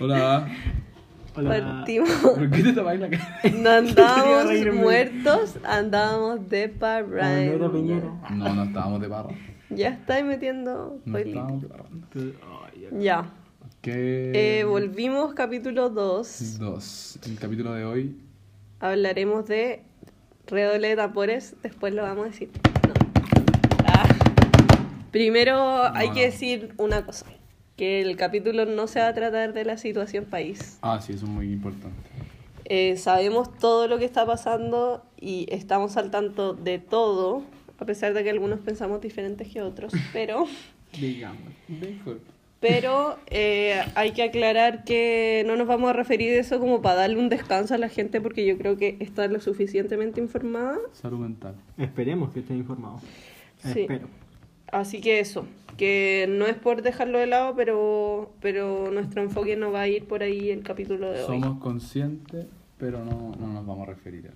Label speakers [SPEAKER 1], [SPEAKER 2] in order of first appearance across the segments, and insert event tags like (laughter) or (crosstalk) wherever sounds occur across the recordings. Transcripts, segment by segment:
[SPEAKER 1] Hola.
[SPEAKER 2] Hola.
[SPEAKER 3] Partimos.
[SPEAKER 1] ¿Por qué te tapáis la cara?
[SPEAKER 3] No
[SPEAKER 2] Quería
[SPEAKER 3] andábamos
[SPEAKER 2] reírme.
[SPEAKER 3] muertos, andábamos de
[SPEAKER 2] Como no era
[SPEAKER 3] parranda.
[SPEAKER 2] Piñera.
[SPEAKER 1] No, no estábamos de barra.
[SPEAKER 3] Ya estáis metiendo
[SPEAKER 1] No
[SPEAKER 3] spoiler.
[SPEAKER 1] estábamos de barra.
[SPEAKER 2] Tú- ay, ya.
[SPEAKER 3] Ya.
[SPEAKER 1] ¿Qué?
[SPEAKER 3] Eh, volvimos, capítulo 2.
[SPEAKER 1] Dos. El capítulo de hoy.
[SPEAKER 3] Hablaremos de redoble de tambores. Después lo vamos a decir. No. Ah. Primero hay
[SPEAKER 1] no.
[SPEAKER 3] que decir una cosa: que el capítulo no se va a tratar de la situación país.
[SPEAKER 1] Ah, sí, eso es muy importante.
[SPEAKER 3] Eh, sabemos todo lo que está pasando y estamos al tanto de todo, a pesar de que algunos pensamos diferentes que
[SPEAKER 1] (laughs)
[SPEAKER 3] otros, pero,
[SPEAKER 2] Digamos.
[SPEAKER 1] Mejor.
[SPEAKER 3] pero eh, hay que aclarar que no nos vamos a referir a eso como para darle un descanso a la gente porque yo creo que está lo suficientemente informada.
[SPEAKER 1] Salud mental.
[SPEAKER 2] Esperemos que estén informados.
[SPEAKER 3] Sí.
[SPEAKER 2] Espero.
[SPEAKER 3] Así que eso, que no es por dejarlo de lado, pero, pero nuestro enfoque no va a ir por ahí el capítulo de hoy.
[SPEAKER 1] Somos conscientes, pero no, no nos vamos a referir al,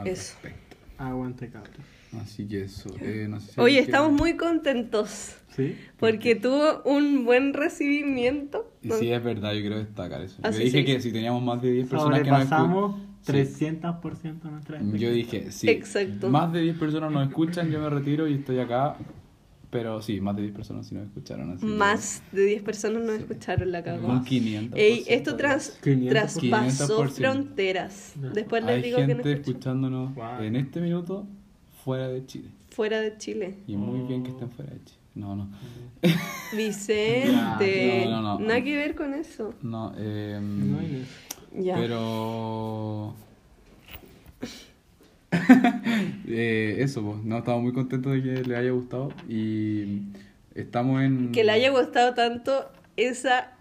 [SPEAKER 1] al
[SPEAKER 3] Eso.
[SPEAKER 1] respecto.
[SPEAKER 2] Aguante, cabrón.
[SPEAKER 1] Así que eso. Eh, no sé si
[SPEAKER 3] Oye,
[SPEAKER 1] alguien
[SPEAKER 3] estamos
[SPEAKER 1] quiere-
[SPEAKER 3] muy contentos
[SPEAKER 2] ¿Sí?
[SPEAKER 3] porque tuvo un buen recibimiento.
[SPEAKER 1] Y sí, es verdad, yo quiero destacar eso. Yo
[SPEAKER 3] Así
[SPEAKER 1] dije
[SPEAKER 3] Ah, sí.
[SPEAKER 1] que si teníamos más de 10 personas que nos
[SPEAKER 2] Sobrepasamos
[SPEAKER 1] escuchan.
[SPEAKER 2] 300% nuestra
[SPEAKER 1] Yo dije, sí.
[SPEAKER 3] Exacto.
[SPEAKER 1] Más de 10 personas nos escuchan, yo me retiro y estoy acá. Pero sí, más de 10 personas sí nos escucharon. Así que-
[SPEAKER 3] Más de 10 personas no escucharon la cagó.
[SPEAKER 1] Un 500.
[SPEAKER 3] Ey, esto trans-
[SPEAKER 2] 500%.
[SPEAKER 3] traspasó
[SPEAKER 1] 500%.
[SPEAKER 3] fronteras.
[SPEAKER 2] No.
[SPEAKER 3] Después pues les
[SPEAKER 1] Hay
[SPEAKER 3] digo que
[SPEAKER 1] gente
[SPEAKER 3] no escuchan
[SPEAKER 1] escuchándonos
[SPEAKER 2] Wow.
[SPEAKER 1] en este minuto fuera de Chile.
[SPEAKER 3] fuera de Chile.
[SPEAKER 1] Y muy
[SPEAKER 2] Oh.
[SPEAKER 1] bien que estén fuera de Chile. No, no.
[SPEAKER 3] Vicente.
[SPEAKER 1] Ya, no, no, no.
[SPEAKER 3] Nada que ver con eso.
[SPEAKER 1] No, eh,
[SPEAKER 2] No hay nada.
[SPEAKER 3] Ya.
[SPEAKER 1] Pero. (laughs) Eh, eso, pues. No, estamos muy contentos de que les haya gustado. Y estamos en.
[SPEAKER 3] Que le haya gustado tanto esa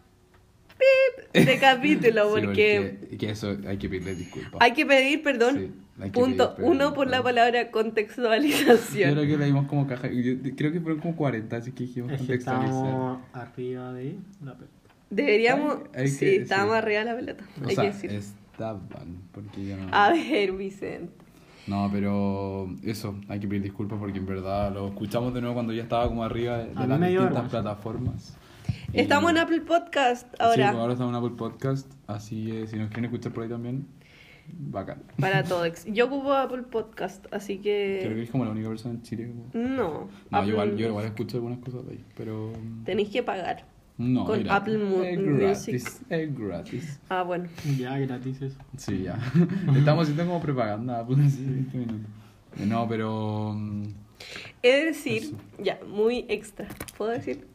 [SPEAKER 3] pip
[SPEAKER 1] (laughs)
[SPEAKER 3] de capítulo,
[SPEAKER 1] Sí,
[SPEAKER 3] porque
[SPEAKER 1] Que eso hay que pedirle disculpas.
[SPEAKER 3] hay que pedir perdón.
[SPEAKER 1] Sí, hay que
[SPEAKER 3] punto
[SPEAKER 1] pedir perdón,
[SPEAKER 3] uno por la
[SPEAKER 1] claro.
[SPEAKER 3] palabra
[SPEAKER 1] Yo creo
[SPEAKER 3] contextualización.
[SPEAKER 1] que le dimos como caja. yo creo que fueron como 40, así que dijimos
[SPEAKER 2] Es que
[SPEAKER 1] contextualizar.
[SPEAKER 2] estamos arriba de la pe-
[SPEAKER 3] Deberíamos.
[SPEAKER 1] Hay- hay
[SPEAKER 3] sí,
[SPEAKER 1] que-
[SPEAKER 3] está
[SPEAKER 1] sí.
[SPEAKER 3] más real la pelota.
[SPEAKER 1] O
[SPEAKER 3] hay
[SPEAKER 1] sea,
[SPEAKER 3] que decirlo.
[SPEAKER 1] estaban, porque ya no.
[SPEAKER 3] A ver, Vicente.
[SPEAKER 1] No, pero eso, hay que pedir disculpas porque en verdad lo escuchamos de nuevo cuando ya estaba como arriba de
[SPEAKER 2] mí
[SPEAKER 1] las
[SPEAKER 2] me
[SPEAKER 1] distintas
[SPEAKER 2] dio vergüenza.
[SPEAKER 1] plataformas. Y-
[SPEAKER 3] Estamos en Apple Podcast
[SPEAKER 1] Sí,
[SPEAKER 3] ahora.
[SPEAKER 1] pues ahora estamos en Apple Podcast, así que si nos quieren escuchar por ahí también, bacán.
[SPEAKER 3] Para todos. Yo ocupo Apple Podcast, así
[SPEAKER 1] Creo que
[SPEAKER 3] que.
[SPEAKER 1] es como la única persona en Chile. como-
[SPEAKER 3] No.
[SPEAKER 1] No,
[SPEAKER 3] Apple-
[SPEAKER 1] yo igual, yo igual escucho algunas cosas de ahí, pero.
[SPEAKER 3] Tenéis que pagar.
[SPEAKER 1] No,
[SPEAKER 3] con
[SPEAKER 1] gratis.
[SPEAKER 3] Apple Mu-
[SPEAKER 1] Es
[SPEAKER 3] Music.
[SPEAKER 1] gratis, es gratis.
[SPEAKER 3] Ah, bueno.
[SPEAKER 2] Ya, gratis eso.
[SPEAKER 1] Sí, ya. (laughs) Estamos haciendo como propaganda, (laughs) pues, hace 20 minutos. No, pero. mm,
[SPEAKER 3] He de decir,
[SPEAKER 1] Eso.
[SPEAKER 3] ya, muy extra. ¿Puedo decir?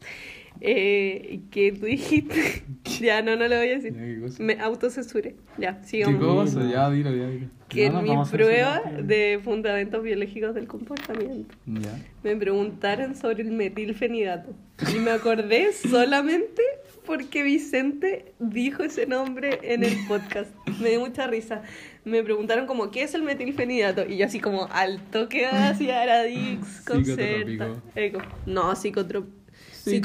[SPEAKER 3] Eh, que tú
[SPEAKER 1] (laughs)
[SPEAKER 3] dijiste. ya, no, no lo voy a
[SPEAKER 1] ya,
[SPEAKER 3] decir.
[SPEAKER 1] ¿Qué cosa?
[SPEAKER 3] Me autocensuré. Ya,
[SPEAKER 1] ¿Qué
[SPEAKER 3] sigamos.
[SPEAKER 1] cosa? Ya, dilo, ya, dilo.
[SPEAKER 3] Que
[SPEAKER 2] No, no,
[SPEAKER 3] en mi
[SPEAKER 2] vamos a
[SPEAKER 3] prueba
[SPEAKER 2] censurar, tío.
[SPEAKER 3] de fundamentos biológicos del comportamiento
[SPEAKER 1] Ya.
[SPEAKER 3] me preguntaron sobre el metilfenidato. Y me acordé solamente porque Vicente dijo ese nombre en el podcast. Me dio mucha risa. Me preguntaron como, ¿qué es el metilfenidato? Y yo así como, al toque hacia Aradix, concerta.
[SPEAKER 1] Psicotrópico.
[SPEAKER 3] Eco. No, psicotrop...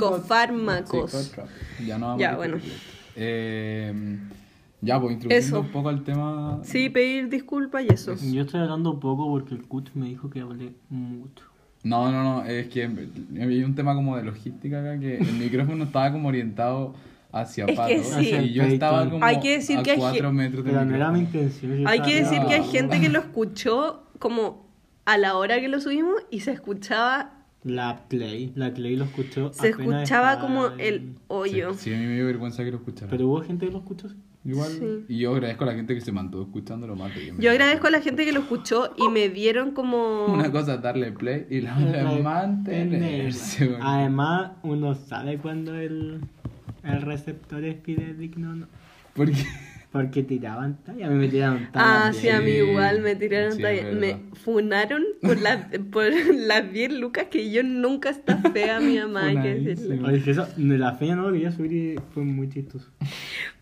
[SPEAKER 3] Psicofármacos.
[SPEAKER 1] Psicotrópicos. Ya no vamos
[SPEAKER 3] Ya,
[SPEAKER 1] a
[SPEAKER 3] bueno.
[SPEAKER 1] discutir esto. Eh, ya, pues introduciendo
[SPEAKER 3] Eso.
[SPEAKER 1] un poco al tema.
[SPEAKER 3] Sí, pedir disculpas y eso.
[SPEAKER 2] Yo estoy hablando poco porque el CUT me dijo que hablé mucho.
[SPEAKER 1] No, no, no, es que había un tema como de logística acá que el (laughs) micrófono estaba como orientado hacia
[SPEAKER 3] Es que
[SPEAKER 1] Pato
[SPEAKER 3] sí.
[SPEAKER 1] y yo estaba como
[SPEAKER 3] Hay que decir
[SPEAKER 1] a
[SPEAKER 3] que hay
[SPEAKER 1] cuatro
[SPEAKER 3] gen-
[SPEAKER 1] metros del
[SPEAKER 2] Pero no era mi
[SPEAKER 1] micrófono.
[SPEAKER 2] intención. yo
[SPEAKER 3] Hay
[SPEAKER 2] estaba-
[SPEAKER 3] que decir que hay
[SPEAKER 1] No.
[SPEAKER 3] gente que lo escuchó como a la hora que lo subimos y se escuchaba
[SPEAKER 2] La Clay, la Clay lo escuchó.
[SPEAKER 3] Se
[SPEAKER 2] apenas
[SPEAKER 3] escuchaba
[SPEAKER 2] estaba
[SPEAKER 3] como
[SPEAKER 2] en-
[SPEAKER 3] el hoyo.
[SPEAKER 1] Sí, sí, a mí me dio vergüenza que lo escuchara.
[SPEAKER 2] Pero hubo gente que lo escuchó. sí.
[SPEAKER 1] Igual,
[SPEAKER 3] Sí.
[SPEAKER 1] y yo agradezco a la gente que se mantuvo escuchándolo más. que me-
[SPEAKER 3] Yo agradezco a la gente que lo escuchó y me dieron como...
[SPEAKER 1] (laughs) Una cosa es darle play y la otra es mantenerse. güey.
[SPEAKER 2] Además, uno sabe cuando el, el receptor es fidedigno o no.
[SPEAKER 1] (laughs) Porque
[SPEAKER 2] Porque tiraban talla, a mí me tiraban talla.
[SPEAKER 3] Ah, sí, a mí
[SPEAKER 1] Sí,
[SPEAKER 3] igual me tiraron
[SPEAKER 1] sí,
[SPEAKER 3] talla-
[SPEAKER 1] es verdad.
[SPEAKER 3] Me funaron por, las
[SPEAKER 1] (laughs)
[SPEAKER 3] por las 10 lucas que yo nunca estafé a mi mamá, hay que decirlo.
[SPEAKER 1] Funadísimo.
[SPEAKER 2] Oye, que eso, no, la feña no lo quería subir y fue muy chistoso.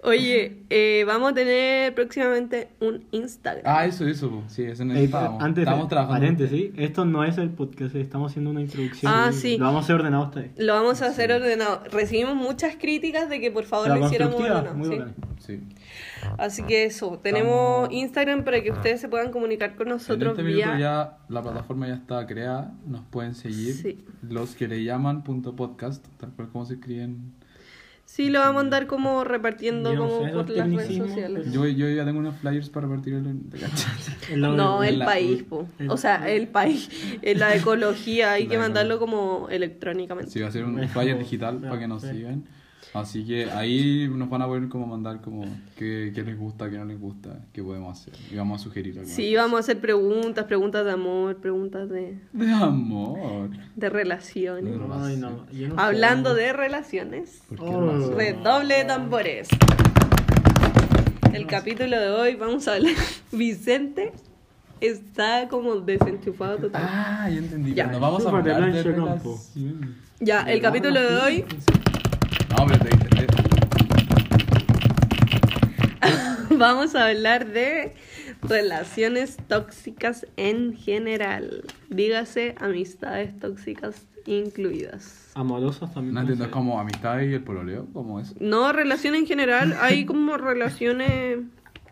[SPEAKER 3] Oye, eh, vamos a tener próximamente un Instagram.
[SPEAKER 1] Ah, eso, eso, po. sí, eso
[SPEAKER 2] Eh,
[SPEAKER 1] necesitábamos.
[SPEAKER 2] antes,
[SPEAKER 1] Estamos trabajando.
[SPEAKER 2] paréntesis, esto no es el podcast, eh, estamos haciendo una introducción.
[SPEAKER 3] Ah,
[SPEAKER 2] y
[SPEAKER 3] sí.
[SPEAKER 2] Lo vamos a hacer ordenado esta vez.
[SPEAKER 3] Lo vamos a hacer ordenado. Recibimos muchas críticas de que por favor
[SPEAKER 2] La
[SPEAKER 3] Oh, lo hiciéramos
[SPEAKER 2] constructiva,
[SPEAKER 3] ordenado.
[SPEAKER 2] muy
[SPEAKER 3] sí.
[SPEAKER 2] bacana.
[SPEAKER 1] Sí.
[SPEAKER 3] Así que eso, tenemos
[SPEAKER 1] Estamos- Ah.
[SPEAKER 3] Instagram para que ustedes se puedan comunicar con
[SPEAKER 1] En
[SPEAKER 3] nosotros
[SPEAKER 1] este minuto
[SPEAKER 3] vía...
[SPEAKER 1] ya la plataforma ya está creada, nos pueden seguir.
[SPEAKER 3] Sí.
[SPEAKER 1] Los que le llaman punto podcast, tal cual como se escriben
[SPEAKER 3] Sí, lo vamos a andar como repartiendo
[SPEAKER 2] Yo no
[SPEAKER 3] como
[SPEAKER 2] sé
[SPEAKER 3] por
[SPEAKER 2] los
[SPEAKER 3] las redes
[SPEAKER 2] tecnicismos,
[SPEAKER 3] sociales.
[SPEAKER 2] pero-
[SPEAKER 1] Yo, yo ya tengo unos flyers para repartir en- ¿te cachas?
[SPEAKER 2] lo-
[SPEAKER 3] No,
[SPEAKER 1] en
[SPEAKER 3] el
[SPEAKER 1] la-
[SPEAKER 3] país, po.
[SPEAKER 2] el-
[SPEAKER 3] o sea, el país, en la ecología, hay
[SPEAKER 1] (laughs) La
[SPEAKER 3] que mandarlo
[SPEAKER 1] ecología.
[SPEAKER 3] como electrónicamente.
[SPEAKER 1] Sí, va a ser un
[SPEAKER 2] Bueno,
[SPEAKER 1] flyer digital
[SPEAKER 2] ya,
[SPEAKER 1] para que nos
[SPEAKER 2] sí.
[SPEAKER 1] sigan. Así que ahí nos van a poder como mandar como qué, qué les gusta, qué no les gusta, qué podemos hacer. Y vamos a sugerir algo.
[SPEAKER 3] Sí, vamos a hacer preguntas, preguntas de amor, preguntas de,
[SPEAKER 1] De amor.
[SPEAKER 3] de relaciones.
[SPEAKER 1] No.
[SPEAKER 2] Ay, no, yo no sé.
[SPEAKER 3] Hablando de relaciones,
[SPEAKER 1] ¿Por qué
[SPEAKER 2] Oh.
[SPEAKER 1] no hacer?
[SPEAKER 3] redoble de tambores. El capítulo de hoy vamos a hablar. (laughs) Vicente está como desenchufado total.
[SPEAKER 1] Ah, ya entendí.
[SPEAKER 3] Ya.
[SPEAKER 1] Nos vamos a
[SPEAKER 2] Chúpate,
[SPEAKER 1] hablar de
[SPEAKER 2] Blancho Campo.
[SPEAKER 1] relaciones.
[SPEAKER 3] Ya, el capítulo de hoy
[SPEAKER 1] No, pero te te-
[SPEAKER 3] (laughs) vamos a hablar de relaciones tóxicas en general. Dígase amistades tóxicas incluidas.
[SPEAKER 2] Amorosos también.
[SPEAKER 1] No entiendo,
[SPEAKER 2] puede
[SPEAKER 1] es como amistad y el pololeo, como eso.
[SPEAKER 3] No, relación en general,
[SPEAKER 1] (laughs)
[SPEAKER 3] hay como relaciones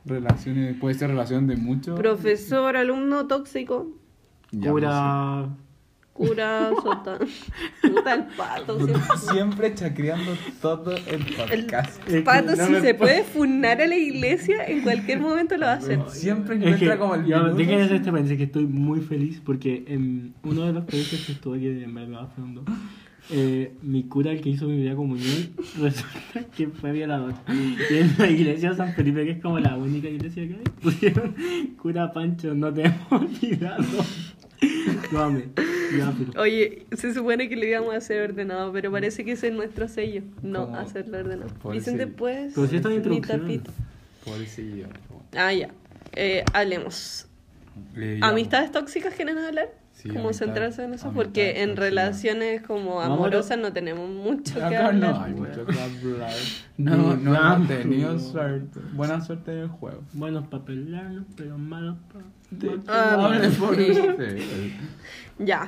[SPEAKER 1] Relaciones, puede ser relación de muchos.
[SPEAKER 3] profesor, alumno tóxico,
[SPEAKER 2] ser.
[SPEAKER 1] Ya,
[SPEAKER 2] Cura.
[SPEAKER 3] cura,
[SPEAKER 1] (laughs)
[SPEAKER 3] sota. Puta el pato.
[SPEAKER 1] no
[SPEAKER 3] siempre-
[SPEAKER 1] sé. pues, Siempre chacreando todo el podcast.
[SPEAKER 2] Es que
[SPEAKER 3] El pato,
[SPEAKER 2] no
[SPEAKER 3] si
[SPEAKER 2] me
[SPEAKER 3] se
[SPEAKER 2] puedo-
[SPEAKER 3] puede funar a la iglesia, en cualquier momento lo hacen.
[SPEAKER 1] (laughs) Siempre
[SPEAKER 2] Es
[SPEAKER 1] encuentra
[SPEAKER 2] que,
[SPEAKER 1] como el
[SPEAKER 2] yo,
[SPEAKER 1] minuto.
[SPEAKER 2] déjenme decirte, parece este que estoy muy feliz porque en uno de los países que estuve, que en verdad fue un dos, eh, mi cura, el que hizo mi vida comunión, (laughs) resulta que fue violador. Y en la iglesia de San Felipe, que es como la única iglesia que hay, (laughs) pusieron cura Pancho, no te hemos olvidado. Lo amé, lo amé.
[SPEAKER 3] Oye, se supone que lo íbamos a hacer ordenado, pero parece que ese es nuestro sello, no
[SPEAKER 1] ¿Cómo?
[SPEAKER 3] hacerlo ordenado.
[SPEAKER 1] Por
[SPEAKER 3] Vicente,
[SPEAKER 1] ese-
[SPEAKER 3] pues.
[SPEAKER 2] Pero si esta es la
[SPEAKER 3] mi
[SPEAKER 2] introducción.
[SPEAKER 3] tapita.
[SPEAKER 1] Pobrecillo.
[SPEAKER 3] Ah, ya. Eh, hablemos.
[SPEAKER 1] Le
[SPEAKER 3] ¿Amistades tóxicas quieren hablar?
[SPEAKER 1] Sí,
[SPEAKER 3] como
[SPEAKER 1] amistad-
[SPEAKER 3] centrarse en eso,
[SPEAKER 1] amistades
[SPEAKER 3] porque en
[SPEAKER 1] tóxicas.
[SPEAKER 3] relaciones como
[SPEAKER 2] Vamos a-
[SPEAKER 3] amorosas no tenemos mucho que
[SPEAKER 1] Acá no
[SPEAKER 3] hablar.
[SPEAKER 1] hay
[SPEAKER 2] hablar.
[SPEAKER 1] mucho que
[SPEAKER 2] (laughs)
[SPEAKER 1] hablar. No,
[SPEAKER 2] Y
[SPEAKER 1] no hemos
[SPEAKER 2] vamos.
[SPEAKER 1] tenido suerte. Buena suerte en el juego.
[SPEAKER 2] Buenos papelanos, pero malos pa...
[SPEAKER 3] Ah,
[SPEAKER 1] Hable por (laughs)
[SPEAKER 3] sí.
[SPEAKER 1] usted.
[SPEAKER 3] Ya.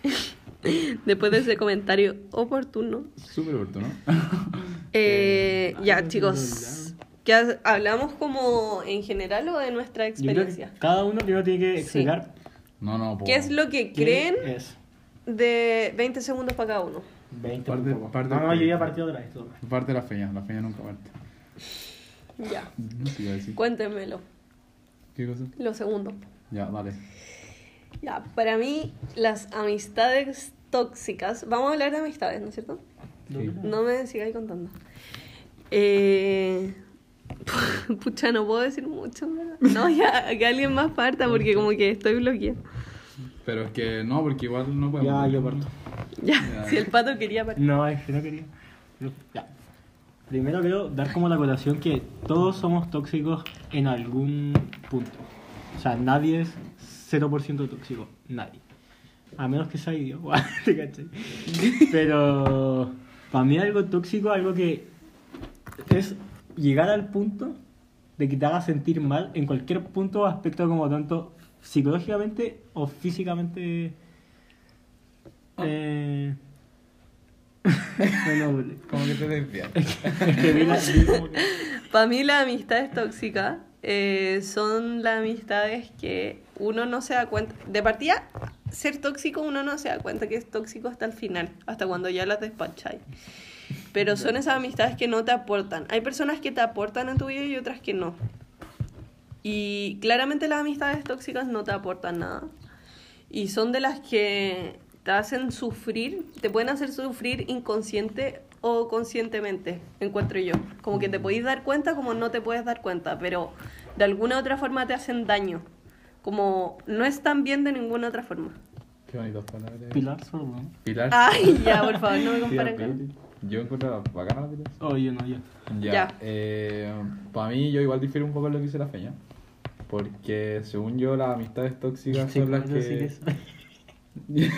[SPEAKER 3] (laughs) Después de ese comentario oportuno,
[SPEAKER 1] Súper oportuno.
[SPEAKER 3] Eh,
[SPEAKER 2] Ay,
[SPEAKER 3] ya,
[SPEAKER 2] no
[SPEAKER 3] chicos. ¿Qué ha- ¿Hablamos como en general o de nuestra
[SPEAKER 2] Yo creo que
[SPEAKER 3] experiencia?
[SPEAKER 2] cada uno primero tiene que
[SPEAKER 3] Sí.
[SPEAKER 2] explicar
[SPEAKER 1] No, no, po.
[SPEAKER 3] ¿Qué es lo que creen
[SPEAKER 2] qué es.
[SPEAKER 3] de 20 segundos para cada uno?
[SPEAKER 2] 20
[SPEAKER 1] Parte-
[SPEAKER 2] por favor.
[SPEAKER 1] parte
[SPEAKER 2] no,
[SPEAKER 1] del
[SPEAKER 2] no, yo ya
[SPEAKER 1] proyecto.
[SPEAKER 2] partí otra vez. tú.
[SPEAKER 1] Parte de la feña, la feña nunca parte.
[SPEAKER 3] Ya,
[SPEAKER 1] Sí, iba a decir.
[SPEAKER 3] cuéntenmelo.
[SPEAKER 1] ¿Qué cosa?
[SPEAKER 3] Los segundos.
[SPEAKER 1] Ya, vale.
[SPEAKER 3] Ya, para mí, las amistades tóxicas. Vamos a hablar de amistades, ¿no es cierto?
[SPEAKER 1] Sí.
[SPEAKER 3] No me sigáis contando. Eh, (laughs) Pucha, no puedo decir mucho, ¿verdad? No, ya, que alguien más parta porque como que estoy bloqueado.
[SPEAKER 1] Pero es que no, porque igual no podemos.
[SPEAKER 2] Ya, yo parto.
[SPEAKER 3] Ya,
[SPEAKER 1] Ya.
[SPEAKER 3] si el pato quería partir.
[SPEAKER 2] No, es que no quería. Pero, ya. Primero quiero dar como la colación que todos somos tóxicos en algún punto. O sea, nadie es 0% tóxico. Nadie. A menos que sea idiota. (laughs) ¿Te cachai? Pero para mí algo tóxico, algo que es llegar al punto de que te haga sentir mal en cualquier punto o aspecto como tanto psicológicamente o físicamente. Eh... bueno,
[SPEAKER 1] Como que te desvías.
[SPEAKER 2] (laughs) es que vi la- vi como que-
[SPEAKER 3] Para mí las amistades tóxicas eh, son las amistades que uno no se da cuenta. De partida, ser tóxico uno no se da cuenta que es tóxico hasta el final, hasta cuando ya las despacháis. Pero son esas amistades que no te aportan. Hay personas que te aportan en tu vida y otras que no. Y claramente las amistades tóxicas no te aportan nada. Y son de las que te hacen sufrir, te pueden hacer sufrir inconsciente o conscientemente, encuentro yo. Como que te podéis dar cuenta, como no te puedes dar cuenta, pero de alguna u otra forma te hacen daño. Como no están bien de ninguna otra forma.
[SPEAKER 1] Qué bonitas palabras.
[SPEAKER 2] Pilar sordo. ¿no?
[SPEAKER 1] Pilar.
[SPEAKER 3] Ay, ya, por favor, no me
[SPEAKER 1] Pilar
[SPEAKER 3] comparen con...
[SPEAKER 1] Pérez. Yo encuentro bacana la Pilar.
[SPEAKER 2] Oh, yo no, yo.
[SPEAKER 1] Ya.
[SPEAKER 3] Ya.
[SPEAKER 1] para mí, yo igual difiero un poco en lo que dice la feña. Porque según yo, las amistades tóxicas
[SPEAKER 2] Sí,
[SPEAKER 1] son las
[SPEAKER 2] yo
[SPEAKER 1] que.
[SPEAKER 2] sí que soy.
[SPEAKER 1] (laughs)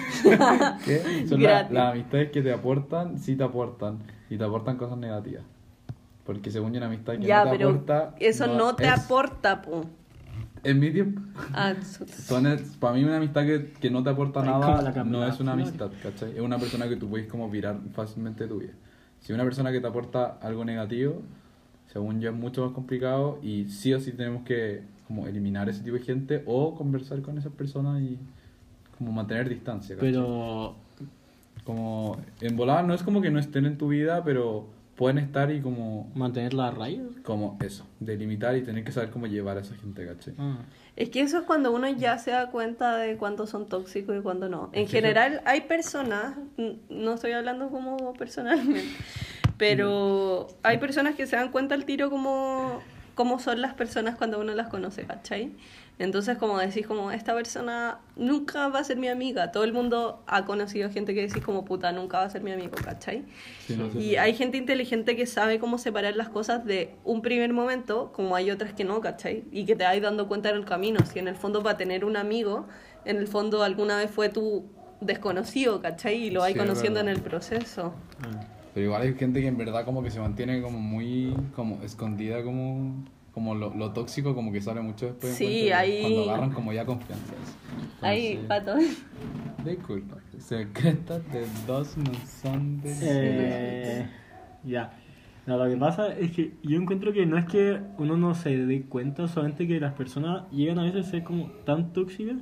[SPEAKER 1] ¿Qué? Son la-
[SPEAKER 3] Gratis.
[SPEAKER 1] las amistades que te aportan, sí te aportan. Y te aportan cosas negativas. Porque según yo, una amistad que
[SPEAKER 3] Ya,
[SPEAKER 1] no te
[SPEAKER 3] pero
[SPEAKER 1] aporta.
[SPEAKER 3] eso no, te
[SPEAKER 1] es-
[SPEAKER 3] aporta, po.
[SPEAKER 1] En mi tiempo.
[SPEAKER 3] Ah, su-
[SPEAKER 1] Son para mí una amistad que, que no te aporta
[SPEAKER 2] Ay, como la
[SPEAKER 1] nada
[SPEAKER 2] Camila
[SPEAKER 1] no es una
[SPEAKER 2] Flores.
[SPEAKER 1] amistad, ¿cachai? Es una persona que tú puedes como virar fácilmente de tu vida. Si una persona que te aporta algo negativo, según yo es mucho más complicado y sí o sí tenemos que como eliminar ese tipo de gente o conversar con esas personas y como mantener distancia, ¿cachai?
[SPEAKER 2] Pero
[SPEAKER 1] Como en volada no es como que no estén en tu vida, pero pueden estar y como,
[SPEAKER 2] Mantener las rayas.
[SPEAKER 1] como eso, delimitar y tener que saber cómo llevar a esa gente, ¿cachai?
[SPEAKER 2] Ah.
[SPEAKER 3] Es que eso es cuando uno ya se da cuenta de cuándo son tóxicos y cuándo no. En
[SPEAKER 1] Sí, sí.
[SPEAKER 3] general hay personas, n- no estoy hablando como personalmente, (laughs) pero hay personas que se dan cuenta al tiro como, como son las personas cuando uno las conoce, ¿cachai? Entonces como decís como, esta persona nunca va a ser mi amiga. Todo el mundo ha conocido gente que decís como, puta, nunca va a ser mi amigo, ¿cachai?
[SPEAKER 1] Sí, no sé.
[SPEAKER 3] Y hay gente inteligente que sabe cómo separar las cosas de un primer momento, como hay otras que no, ¿cachai? Y que te vas dando cuenta en el camino. Si en el fondo para tener un amigo, en el fondo alguna vez fue tu desconocido, ¿cachai? Y lo vas
[SPEAKER 1] Sí, es
[SPEAKER 3] conociendo en
[SPEAKER 1] verdad.
[SPEAKER 3] el proceso.
[SPEAKER 2] ah.
[SPEAKER 1] Pero igual hay gente que en verdad como que se mantiene como muy como escondida como como lo, lo tóxico como que sale mucho después.
[SPEAKER 3] Sí,
[SPEAKER 1] encuentro,
[SPEAKER 3] ahí-
[SPEAKER 1] Cuando agarran como ya confianza.
[SPEAKER 3] Ahí, pato. (laughs)
[SPEAKER 1] Disculpa. Secretas de dos no son de...
[SPEAKER 2] Eh, ya. No, lo que pasa es que yo encuentro que no es que uno no se dé cuenta, solamente que las personas llegan a veces a ser como tan tóxicas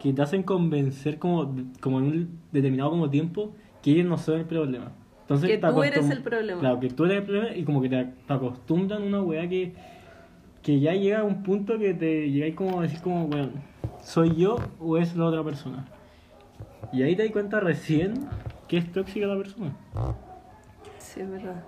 [SPEAKER 2] que te hacen convencer como, como en un determinado como tiempo que ellos no son el problema. Entonces,
[SPEAKER 3] Que
[SPEAKER 2] te
[SPEAKER 3] tú eres
[SPEAKER 2] acostum-
[SPEAKER 3] el problema.
[SPEAKER 2] Claro, que tú eres el problema y como que te, te acostumbran a una weá que, que ya llega a un punto que te llegáis como a decir como, weón, ¿soy yo o es la otra persona? Y ahí te das cuenta recién que es tóxica la persona.
[SPEAKER 3] Sí, es verdad.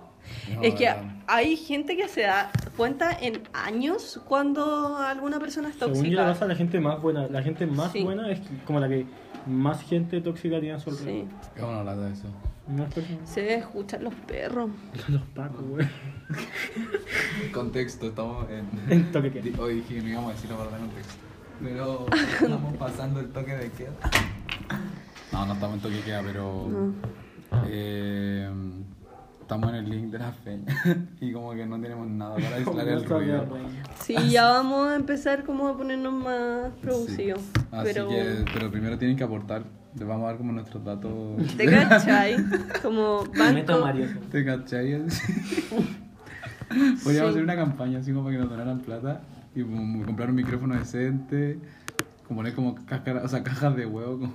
[SPEAKER 1] No,
[SPEAKER 3] es que
[SPEAKER 1] verdad.
[SPEAKER 3] hay gente que se da cuenta en años cuando alguna persona es
[SPEAKER 2] Según yo,
[SPEAKER 3] tóxica.
[SPEAKER 2] la cosa, la gente más buena, la gente más
[SPEAKER 3] Sí.
[SPEAKER 2] buena es como la que más gente tóxica tiene a su
[SPEAKER 3] Sí.
[SPEAKER 2] alrededor.
[SPEAKER 1] Es una lata eso.
[SPEAKER 2] No es persona.
[SPEAKER 3] Se escuchan los perros.
[SPEAKER 1] (laughs)
[SPEAKER 2] (laughs) Los pacos, güey.
[SPEAKER 1] Contexto, estamos en...
[SPEAKER 2] En toque que-
[SPEAKER 1] (laughs) Di- Hoy dije que no íbamos a decir la palabra contexto. (laughs) Pero estamos pasando el toque de queda. No, no estamos en toque de queda, pero...
[SPEAKER 3] No.
[SPEAKER 1] Eh, estamos en el link de la fe (laughs) y como que no tenemos nada
[SPEAKER 2] (laughs)
[SPEAKER 1] para aislar
[SPEAKER 2] No
[SPEAKER 1] el
[SPEAKER 2] sabía,
[SPEAKER 1] ruido.
[SPEAKER 2] güey.
[SPEAKER 3] Sí, ya vamos a empezar como a ponernos más
[SPEAKER 1] Sí.
[SPEAKER 3] producidos.
[SPEAKER 1] Así
[SPEAKER 3] pero...
[SPEAKER 1] que, pero primero tienen que aportar. Les vamos a dar como nuestros datos.
[SPEAKER 3] ¿Te cachai? Como
[SPEAKER 2] Meta
[SPEAKER 3] banco.
[SPEAKER 2] Mario.
[SPEAKER 1] ¿Te cachai? (laughs) Podríamos hacer una campaña así como para que nos donaran plata y como comprar un micrófono decente, como poner como cáscara, o sea, cajas de huevo. Como...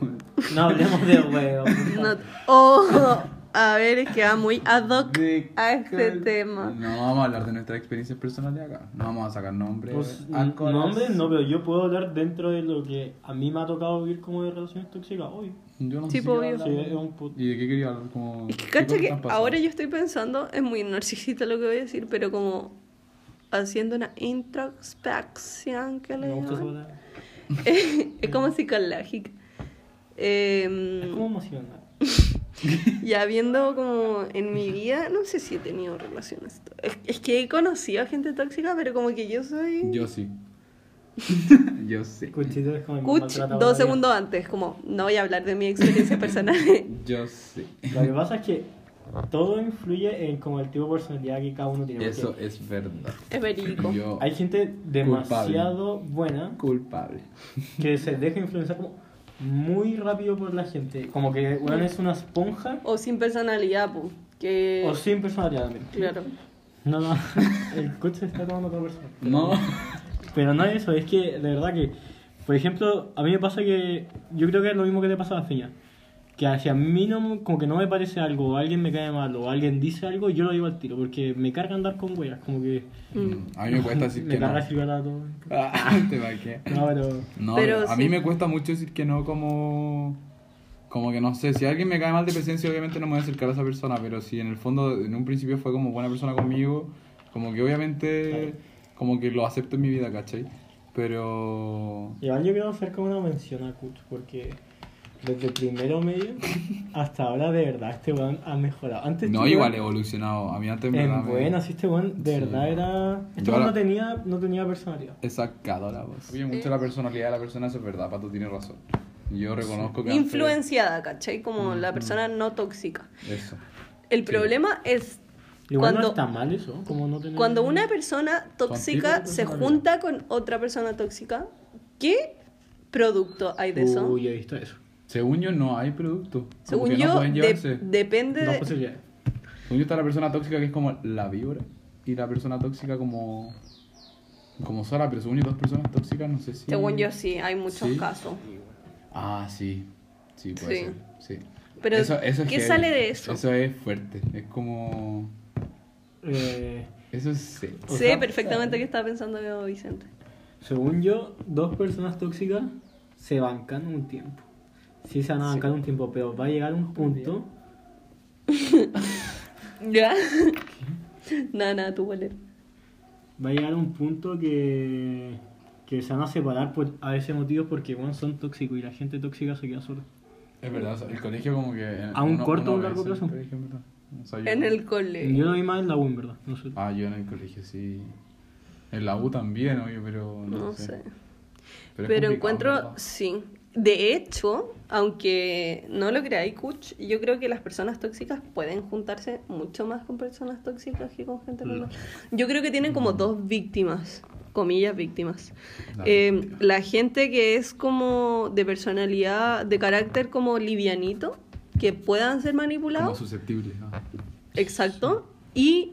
[SPEAKER 2] No hablemos de huevo. por
[SPEAKER 3] (laughs)
[SPEAKER 2] favor.
[SPEAKER 3] No- oh, a ver, es que va muy ad hoc
[SPEAKER 1] De
[SPEAKER 3] a este
[SPEAKER 1] cal-
[SPEAKER 3] tema.
[SPEAKER 1] No vamos a hablar de nuestras experiencias personales acá. No vamos a sacar nombres.
[SPEAKER 2] Pues,
[SPEAKER 1] alcoholes.
[SPEAKER 2] nombres no, pero yo puedo hablar dentro de lo que a mí me ha tocado vivir como de relaciones tóxicas hoy.
[SPEAKER 1] Yo no
[SPEAKER 3] Sí,
[SPEAKER 1] sé.
[SPEAKER 3] pues,
[SPEAKER 1] qué
[SPEAKER 3] obvio.
[SPEAKER 2] Sí,
[SPEAKER 1] hablar.
[SPEAKER 2] es un puto.
[SPEAKER 1] ¿Y de qué quería hablar? Como,
[SPEAKER 3] Es que
[SPEAKER 1] ¿qué
[SPEAKER 3] cacha
[SPEAKER 1] cosas
[SPEAKER 3] que
[SPEAKER 1] han pasado?
[SPEAKER 3] ahora yo estoy pensando, es muy narcisista lo que voy a decir, pero como haciendo una introspección que le eh?
[SPEAKER 2] Me gusta esa
[SPEAKER 3] llaman.
[SPEAKER 2] palabra.
[SPEAKER 3] (laughs) Es como psicológica. Em,
[SPEAKER 2] Es como emocional.
[SPEAKER 3] Ya viendo como en mi vida, no sé si he tenido relaciones. tó- Es, es que he conocido a gente tóxica, pero como que yo soy... (laughs)
[SPEAKER 1] Yo sí. yo sí.
[SPEAKER 2] Cuchito es como el
[SPEAKER 3] Cuch, dos
[SPEAKER 2] maltratador de la vida.
[SPEAKER 3] segundos antes, como no voy a hablar de mi
[SPEAKER 2] (laughs)
[SPEAKER 3] experiencia personal.
[SPEAKER 1] Yo sí.
[SPEAKER 2] Lo que pasa es que todo influye en como el tipo de personalidad que cada uno tiene. porque
[SPEAKER 1] Eso es verdad.
[SPEAKER 3] es verídico.
[SPEAKER 1] Yo.
[SPEAKER 2] Hay gente demasiado buena
[SPEAKER 1] Culpable.
[SPEAKER 2] que se deja influenciar como muy rápido por la gente. Como que weón es una esponja
[SPEAKER 3] O sin personalidad, po, que...
[SPEAKER 2] o sin personalidad también.
[SPEAKER 3] Claro.
[SPEAKER 2] No, no, (laughs) el coche está tomando otra persona. Pero-
[SPEAKER 1] No.
[SPEAKER 2] Pero no es eso, es que de verdad que, por ejemplo, a mí me pasa que yo creo que es lo mismo que le pasa a la Feña. Que hacia mí no, como que no me parece algo, o alguien me cae mal, o alguien dice algo, yo lo digo al tiro, porque me carga andar con weas, como que
[SPEAKER 3] Mm.
[SPEAKER 1] A mí me cuesta
[SPEAKER 2] (laughs)
[SPEAKER 1] decir
[SPEAKER 2] me
[SPEAKER 1] que no.
[SPEAKER 2] carga silbar a todo.
[SPEAKER 1] (laughs) Ah, Te va a quedar.
[SPEAKER 2] No, pero...
[SPEAKER 1] No,
[SPEAKER 3] Pero
[SPEAKER 1] a
[SPEAKER 3] sí.
[SPEAKER 1] mí me cuesta mucho decir que no como... Como que no sé, si alguien me cae mal de presencia, obviamente no me voy a acercar a esa persona, pero si en el fondo, en un principio fue como buena persona conmigo, como que obviamente, como que lo acepto en mi vida, ¿cachai? Pero...
[SPEAKER 2] Igual yo quiero hacer como una mención a Kutz, porque desde primero medio hasta ahora de verdad este weón ha mejorado. Antes
[SPEAKER 1] No,
[SPEAKER 2] este
[SPEAKER 1] igual he
[SPEAKER 2] weón-
[SPEAKER 1] evolucionado, a mí antes me
[SPEAKER 2] En
[SPEAKER 1] verdad me-
[SPEAKER 2] buena, sí, este weón de
[SPEAKER 1] Sí.
[SPEAKER 2] verdad era... Este
[SPEAKER 1] Yo
[SPEAKER 2] weón
[SPEAKER 1] ahora-
[SPEAKER 2] no tenía, no tenía personalidad.
[SPEAKER 1] He sacado la voz. Oye, mucho la personalidad de la persona, eso es verdad, Pato tiene razón. Yo reconozco que... antes-
[SPEAKER 3] Influenciada, ¿cachai? Como
[SPEAKER 2] Mm,
[SPEAKER 3] la persona no tóxica.
[SPEAKER 1] Eso.
[SPEAKER 3] El
[SPEAKER 1] Sí.
[SPEAKER 3] problema es
[SPEAKER 2] Igual
[SPEAKER 3] Cuando-
[SPEAKER 2] no está mal eso, como no tener...
[SPEAKER 3] cuando una persona
[SPEAKER 1] tipos
[SPEAKER 3] tóxica
[SPEAKER 1] de
[SPEAKER 3] se
[SPEAKER 1] personalidad.
[SPEAKER 3] junta con otra persona tóxica, ¿qué producto hay de eso?
[SPEAKER 2] Uy, he visto eso.
[SPEAKER 1] Según yo no hay producto. Como
[SPEAKER 3] Según
[SPEAKER 1] que no
[SPEAKER 3] yo,
[SPEAKER 1] pueden
[SPEAKER 3] de-
[SPEAKER 1] llevarse.
[SPEAKER 3] depende
[SPEAKER 2] Dos
[SPEAKER 3] de...
[SPEAKER 2] posibilidades.
[SPEAKER 1] Según yo está la persona tóxica que es como la víbora y la persona tóxica como como sola, pero según yo dos personas tóxicas no sé si
[SPEAKER 3] Según yo sí, hay muchos
[SPEAKER 1] Sí.
[SPEAKER 3] casos.
[SPEAKER 1] Ah, sí. Sí, puede
[SPEAKER 3] Sí.
[SPEAKER 1] ser. Sí.
[SPEAKER 3] Pero, ¿qué
[SPEAKER 1] heavy.
[SPEAKER 3] sale de eso?
[SPEAKER 1] Eso es fuerte, es como
[SPEAKER 2] eh,
[SPEAKER 1] Eso es serio.
[SPEAKER 2] O
[SPEAKER 3] sé
[SPEAKER 2] sea, eh.
[SPEAKER 3] perfectamente que estaba pensando yo, Vicente.
[SPEAKER 2] según yo, dos personas tóxicas se bancan un tiempo. Sí se van a bancar un tiempo, pero va a llegar un punto.
[SPEAKER 3] ¿Ya? (laughs) Nada, nada, tú huele.
[SPEAKER 2] Va a llegar un punto que, que se van a separar por, a veces motivos porque bueno, son tóxicos y la gente tóxica se queda sola.
[SPEAKER 1] Es verdad, o sea, el colegio como que...
[SPEAKER 2] ¿A un corto o un largo
[SPEAKER 1] ve eso en
[SPEAKER 2] plazo?
[SPEAKER 1] el colegio, en verdad. O sea, yo-
[SPEAKER 3] En el
[SPEAKER 2] Yo
[SPEAKER 3] cole.
[SPEAKER 2] lo vi más en la U, en verdad. No sé.
[SPEAKER 1] Ah, yo en el colegio, sí. En la U también, obvio, pero no,
[SPEAKER 3] No sé.
[SPEAKER 1] es
[SPEAKER 3] Pero
[SPEAKER 1] complicado,
[SPEAKER 3] encuentro,
[SPEAKER 1] ¿verdad?
[SPEAKER 3] sí. De hecho, aunque no lo creáis, Kuch, yo creo que las personas tóxicas pueden juntarse mucho más con personas tóxicas que con gente normal. Yo creo que tienen como dos víctimas, comillas víctimas.
[SPEAKER 1] La
[SPEAKER 3] Eh,
[SPEAKER 1] víctima.
[SPEAKER 3] la gente que es como de personalidad, de carácter como livianito, que puedan ser
[SPEAKER 1] Como
[SPEAKER 3] manipulados.
[SPEAKER 1] susceptible. ah.
[SPEAKER 3] Exacto. Y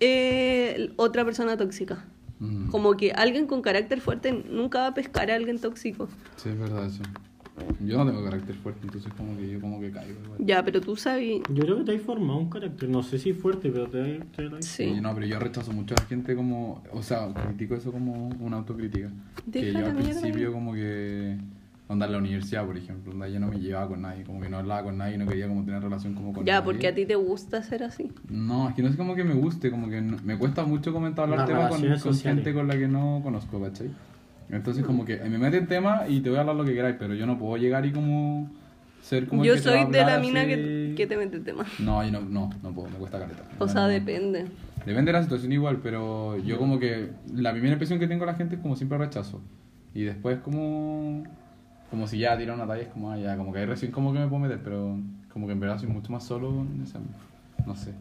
[SPEAKER 3] eh, otra persona tóxica.
[SPEAKER 1] Mm.
[SPEAKER 3] Como que alguien con carácter fuerte nunca va a pescar a alguien tóxico.
[SPEAKER 1] Sí, es verdad eso. Yo no tengo carácter fuerte, entonces como que yo como que caigo igual.
[SPEAKER 3] Ya, pero tú sabes.
[SPEAKER 2] Yo creo que te has formado un carácter, no sé si fuerte, pero te, te lo has-
[SPEAKER 3] Sí.
[SPEAKER 1] Y no, pero yo rechazo mucho a la gente como... O sea, critico eso como una autocrítica.
[SPEAKER 3] Deja
[SPEAKER 1] que yo
[SPEAKER 3] la
[SPEAKER 1] al
[SPEAKER 3] mierda
[SPEAKER 1] principio
[SPEAKER 3] ahí.
[SPEAKER 1] como que... Onda en la universidad, por ejemplo, onda yo no me llevaba con nadie, como que no hablaba con nadie, no quería como tener relación como con
[SPEAKER 3] Ya,
[SPEAKER 1] nadie.
[SPEAKER 3] porque a ti te gusta ser así.
[SPEAKER 1] No, es que no es como que me guste, como que no- me cuesta mucho comentar hablar
[SPEAKER 2] Las
[SPEAKER 1] temas con,
[SPEAKER 2] relaciones
[SPEAKER 1] con
[SPEAKER 2] sociales.
[SPEAKER 1] gente con la que no conozco, ¿cachai? Entonces como que me meten tema y te voy a hablar lo que queráis, pero yo no puedo llegar y como ser como el
[SPEAKER 3] Yo
[SPEAKER 1] que te va a
[SPEAKER 3] soy de la
[SPEAKER 1] hablar
[SPEAKER 3] mina que,
[SPEAKER 1] así.
[SPEAKER 3] que te mete tema.
[SPEAKER 1] No, yo no, no, no puedo, me cuesta caleta.
[SPEAKER 3] O sea,
[SPEAKER 1] No.
[SPEAKER 3] depende.
[SPEAKER 1] Depende de la situación igual, pero yo como que la primera impresión que tengo de la gente es como siempre rechazo. Y después como como si ya tira una talla es como ah, ya, como que ahí recién como que me puedo meter, pero como que en verdad soy mucho más solo en ese ámbito. No sé.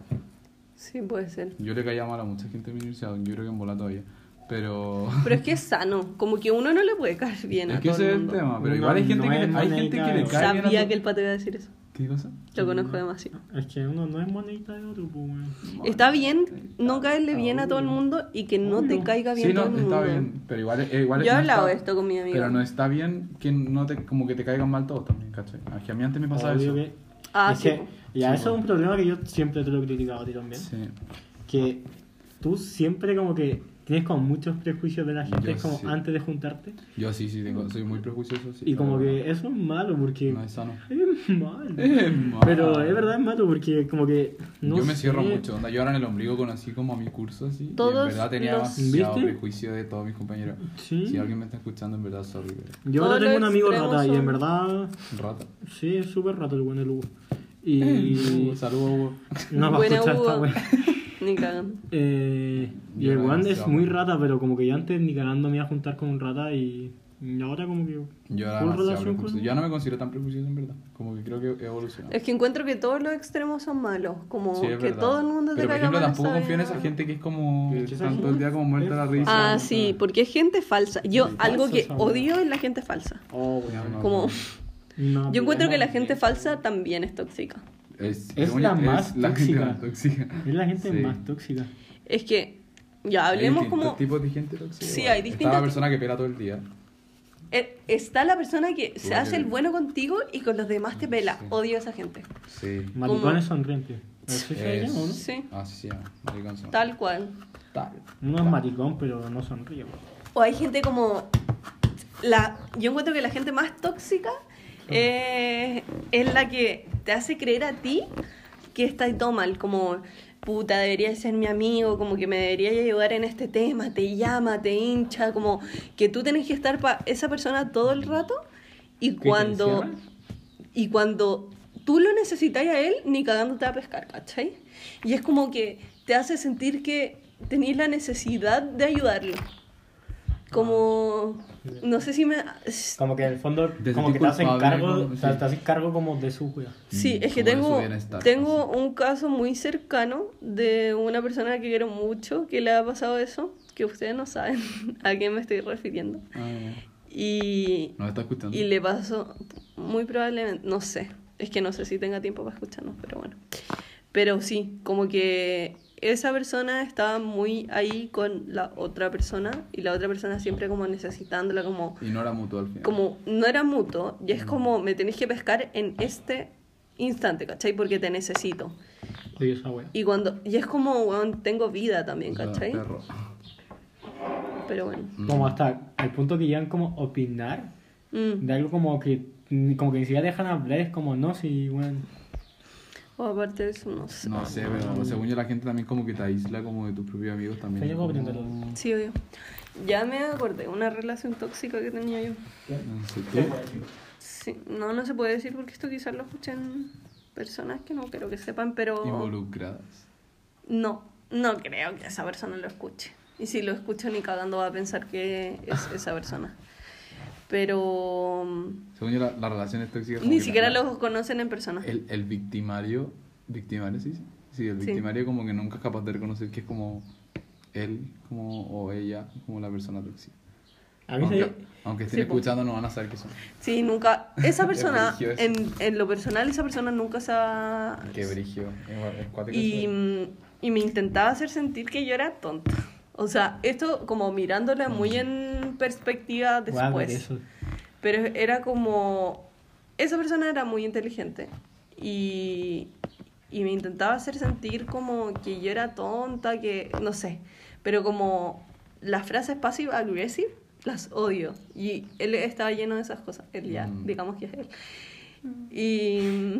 [SPEAKER 3] Sí, puede ser.
[SPEAKER 1] Yo le caía mal a mucha gente en mi universidad, yo creo que en bola todavía. Pero
[SPEAKER 3] Pero es que es sano. Como que uno no le puede caer (laughs) bien a
[SPEAKER 1] es que
[SPEAKER 3] todo
[SPEAKER 1] ese es
[SPEAKER 3] el
[SPEAKER 1] el
[SPEAKER 3] mundo.
[SPEAKER 1] tema, pero
[SPEAKER 2] Uno
[SPEAKER 1] igual hay gente
[SPEAKER 2] no
[SPEAKER 1] que
[SPEAKER 2] es
[SPEAKER 1] le, hay gente
[SPEAKER 2] moneda
[SPEAKER 1] que le
[SPEAKER 2] de oro.
[SPEAKER 1] cae bien a
[SPEAKER 3] Sabía
[SPEAKER 1] tu-
[SPEAKER 3] que el pato iba a decir eso.
[SPEAKER 1] ¿Qué cosa?
[SPEAKER 3] Lo conozco demasiado.
[SPEAKER 2] Es que uno no es monedita de oro, pues, weón.
[SPEAKER 3] Está bien no caerle bien a todo el mundo y que no te caiga bien
[SPEAKER 1] Sí, no,
[SPEAKER 3] todo el mundo.
[SPEAKER 1] está bien, pero igual, eh, igual
[SPEAKER 3] Yo he
[SPEAKER 1] no
[SPEAKER 3] hablado
[SPEAKER 1] está-
[SPEAKER 3] esto con mi amigo.
[SPEAKER 1] Pero no está bien que no te, como que te caigan mal todos también, ¿cachai? A que a mí antes me pasaba eso.
[SPEAKER 2] Obvio que-
[SPEAKER 3] Ah,
[SPEAKER 2] es
[SPEAKER 3] sí,
[SPEAKER 2] que-
[SPEAKER 3] po.
[SPEAKER 2] ya,
[SPEAKER 1] Sí,
[SPEAKER 2] eso es un problema que yo siempre te lo he criticado a ti también.
[SPEAKER 1] Sí.
[SPEAKER 2] Que tú siempre como que tienes como muchos prejuicios de la gente,
[SPEAKER 1] Yo
[SPEAKER 2] es como
[SPEAKER 1] sí.
[SPEAKER 2] antes de juntarte.
[SPEAKER 1] Yo sí, sí, tengo, soy muy prejuicioso. Sí,
[SPEAKER 2] y como
[SPEAKER 1] pero
[SPEAKER 2] que eso es malo porque... (laughs)
[SPEAKER 1] No es sano.
[SPEAKER 2] Es malo.
[SPEAKER 1] (laughs) Es malo.
[SPEAKER 2] Pero es verdad es malo porque como que... No
[SPEAKER 1] Ah, yo me cierro
[SPEAKER 2] sé.
[SPEAKER 1] mucho, onda. Yo ahora en el ombligo conocí como a mi curso así. y
[SPEAKER 3] Todos
[SPEAKER 1] en verdad tenía
[SPEAKER 3] los-
[SPEAKER 1] demasiado
[SPEAKER 2] ¿Viste? ¿Mm?
[SPEAKER 1] prejuicio de todos mis compañeros.
[SPEAKER 2] Sí.
[SPEAKER 1] Si alguien me está escuchando, en verdad, sorry. pero-
[SPEAKER 2] Yo
[SPEAKER 3] Todos
[SPEAKER 2] ahora tengo un
[SPEAKER 3] los
[SPEAKER 2] amigo
[SPEAKER 3] extremos
[SPEAKER 2] rata y
[SPEAKER 3] son-
[SPEAKER 2] en verdad...
[SPEAKER 1] Rata.
[SPEAKER 2] Sí, es súper rato el buen el Hugo.
[SPEAKER 1] Hugo,
[SPEAKER 3] (laughs)
[SPEAKER 2] Y...
[SPEAKER 1] Saludos, Uh, Hugo.
[SPEAKER 2] no va a
[SPEAKER 3] Buena
[SPEAKER 2] escuchar esta
[SPEAKER 3] Hugo.
[SPEAKER 2] wea.
[SPEAKER 3] (laughs) Ni cagando.
[SPEAKER 2] Eh, y
[SPEAKER 1] Yo
[SPEAKER 2] el
[SPEAKER 1] no
[SPEAKER 2] One es
[SPEAKER 1] demasiado.
[SPEAKER 2] muy rata, pero como que yo antes ni cagando me iba a juntar con un rata y, y ahora como que...
[SPEAKER 1] Yo era
[SPEAKER 2] full
[SPEAKER 1] demasiado
[SPEAKER 2] relación con-
[SPEAKER 1] prejuicioso. Yo no me considero tan prejuicioso, en verdad. Como que creo que he evolucionado.
[SPEAKER 3] Es que encuentro que todos los extremos son malos. Como
[SPEAKER 1] Sí, es
[SPEAKER 3] que
[SPEAKER 1] verdad.
[SPEAKER 3] todo el mundo te
[SPEAKER 1] Pero, por
[SPEAKER 3] caiga
[SPEAKER 1] ejemplo,
[SPEAKER 3] mal,
[SPEAKER 1] tampoco
[SPEAKER 3] está
[SPEAKER 1] confío en
[SPEAKER 3] bien.
[SPEAKER 1] esa gente que es como...
[SPEAKER 2] Pero es que esa
[SPEAKER 1] Están todo el día como muerta la risa.
[SPEAKER 2] Ah,
[SPEAKER 3] Ah, sí, porque es gente falsa. Yo,
[SPEAKER 1] Sí,
[SPEAKER 3] algo
[SPEAKER 2] falsos
[SPEAKER 3] que
[SPEAKER 2] son.
[SPEAKER 3] odio es la gente falsa.
[SPEAKER 2] Oh,
[SPEAKER 1] weón. No,
[SPEAKER 3] Como,
[SPEAKER 2] No,
[SPEAKER 3] yo encuentro que la gente
[SPEAKER 2] gente
[SPEAKER 3] falsa también es tóxica.
[SPEAKER 1] Es,
[SPEAKER 2] Es la más
[SPEAKER 1] la gente
[SPEAKER 2] tóxica.
[SPEAKER 1] más tóxica.
[SPEAKER 2] Es la gente
[SPEAKER 1] Sí.
[SPEAKER 2] más tóxica.
[SPEAKER 3] Es que, ya
[SPEAKER 1] Hay
[SPEAKER 3] hablemos
[SPEAKER 1] distintos
[SPEAKER 3] como...
[SPEAKER 1] tipos de gente tóxica.
[SPEAKER 3] Sí,
[SPEAKER 1] igual.
[SPEAKER 3] hay distintos
[SPEAKER 1] Está la persona que pela todo el día.
[SPEAKER 3] eh, Está la persona que se
[SPEAKER 1] Igual
[SPEAKER 3] hace
[SPEAKER 1] yo-
[SPEAKER 3] el bueno contigo y con los demás te pela.
[SPEAKER 1] Sí.
[SPEAKER 3] Odio a esa gente.
[SPEAKER 1] Sí.
[SPEAKER 2] Maricones sonrientes. Eso se
[SPEAKER 1] Es-
[SPEAKER 2] llama, ¿no?
[SPEAKER 3] Sí.
[SPEAKER 1] Ah, sí, sí. ah, maricón son.
[SPEAKER 3] Tal cual.
[SPEAKER 1] Tal.
[SPEAKER 2] Uno es maricón, pero no sonríe. weón.
[SPEAKER 3] O hay gente como... La, yo encuentro que la gente más tóxica eh, es la que te hace creer a ti que estás todo mal, como puta, deberías ser mi amigo, como que me deberías ayudar en este tema, te llama, te hincha, como que tú tenés que estar para esa persona todo el rato y
[SPEAKER 1] ¿Que te
[SPEAKER 3] cuando,
[SPEAKER 1] encierra?
[SPEAKER 3] y cuando tú lo necesitas a él, ni cagándote a pescar, ¿cachai? Y es como que te hace sentir que tenés la necesidad de ayudarlo. Como, no sé si me...
[SPEAKER 2] Como que en el fondo,
[SPEAKER 1] Desde
[SPEAKER 2] como que te
[SPEAKER 1] tipo
[SPEAKER 2] hacen
[SPEAKER 1] culpable,
[SPEAKER 2] cargo,
[SPEAKER 1] como-
[SPEAKER 2] o sea,
[SPEAKER 1] sí.
[SPEAKER 2] te hacen cargo como de su wea.
[SPEAKER 3] Sí,
[SPEAKER 1] Mm,
[SPEAKER 3] es que
[SPEAKER 1] como de su
[SPEAKER 3] tengo,
[SPEAKER 1] bienestar,
[SPEAKER 3] tengo un caso muy cercano de una persona que quiero mucho que le ha pasado eso, que ustedes no saben (laughs) a qué me estoy refiriendo.
[SPEAKER 1] Ah,
[SPEAKER 3] Y,
[SPEAKER 1] no está escuchando.
[SPEAKER 3] y le pasó, muy probablemente, no sé, es que no sé si tenga tiempo para escucharnos, pero bueno. Pero sí, como que esa persona estaba muy ahí con la otra persona y la otra persona siempre como necesitándola, como
[SPEAKER 1] Y no era mutuo al final.
[SPEAKER 3] como no era mutuo, y es como me tenéis que pescar en este instante, ¿cachai? Porque te necesito.
[SPEAKER 2] Odio esa wea.
[SPEAKER 3] Y cuando. Y es como, weón, tengo vida también, ¿cachai?
[SPEAKER 1] Perro.
[SPEAKER 3] Pero bueno.
[SPEAKER 1] Mm.
[SPEAKER 2] Como hasta el punto que llegan como a opinar
[SPEAKER 3] Mm.
[SPEAKER 2] de algo como que como que ni siquiera dejan hablar, es como no, si bueno.
[SPEAKER 3] O aparte de eso, no sé.
[SPEAKER 1] No sé, pero según yo la gente también como que te aísla como de tus propios amigos también.
[SPEAKER 2] Yo puedo
[SPEAKER 1] Como-
[SPEAKER 2] preguntarlo.
[SPEAKER 3] Sí, obvio. Ya me acordé, una relación tóxica que tenía yo.
[SPEAKER 1] No sé, ¿tú?
[SPEAKER 3] Sí, no, no se puede decir porque esto quizás lo escuchen personas que no creo que sepan, pero...
[SPEAKER 1] Involucradas.
[SPEAKER 3] No, no creo que esa persona lo escuche. Y si lo escucho ni cagando va a pensar que es esa persona. Pero... mm,
[SPEAKER 1] Según yo la, la relación es tóxica. como
[SPEAKER 3] Ni
[SPEAKER 1] que
[SPEAKER 3] siquiera
[SPEAKER 1] la-
[SPEAKER 3] los conocen en persona.
[SPEAKER 1] El, el victimario, victimario, sí, sí. Sí, el
[SPEAKER 3] Sí.
[SPEAKER 1] victimario como que nunca es capaz de reconocer que es como él como, o ella como la persona tóxica.
[SPEAKER 2] A mí
[SPEAKER 1] Aunque,
[SPEAKER 2] se
[SPEAKER 1] aunque estén
[SPEAKER 3] Sí, po.
[SPEAKER 1] escuchando no van a saber qué son.
[SPEAKER 3] Sí, nunca...
[SPEAKER 1] (laughs)
[SPEAKER 3] Esa persona,
[SPEAKER 1] brígido eso.
[SPEAKER 3] en, en lo personal, esa persona nunca se ha...
[SPEAKER 1] Qué brigio. Es cuático
[SPEAKER 3] y,
[SPEAKER 1] eso.
[SPEAKER 3] mm, y me intentaba hacer sentir que yo era tonta. O sea, esto como mirándola muy en perspectiva
[SPEAKER 2] Guau,
[SPEAKER 3] después.
[SPEAKER 2] eso. (laughs)
[SPEAKER 3] Pero era como... Esa persona era muy inteligente y, y me intentaba hacer sentir como que yo era tonta, que no sé. Pero como las frases passive aggressive las odio. Y él estaba lleno de esas cosas. Él ya,
[SPEAKER 1] Mm.
[SPEAKER 3] digamos que es él. Y...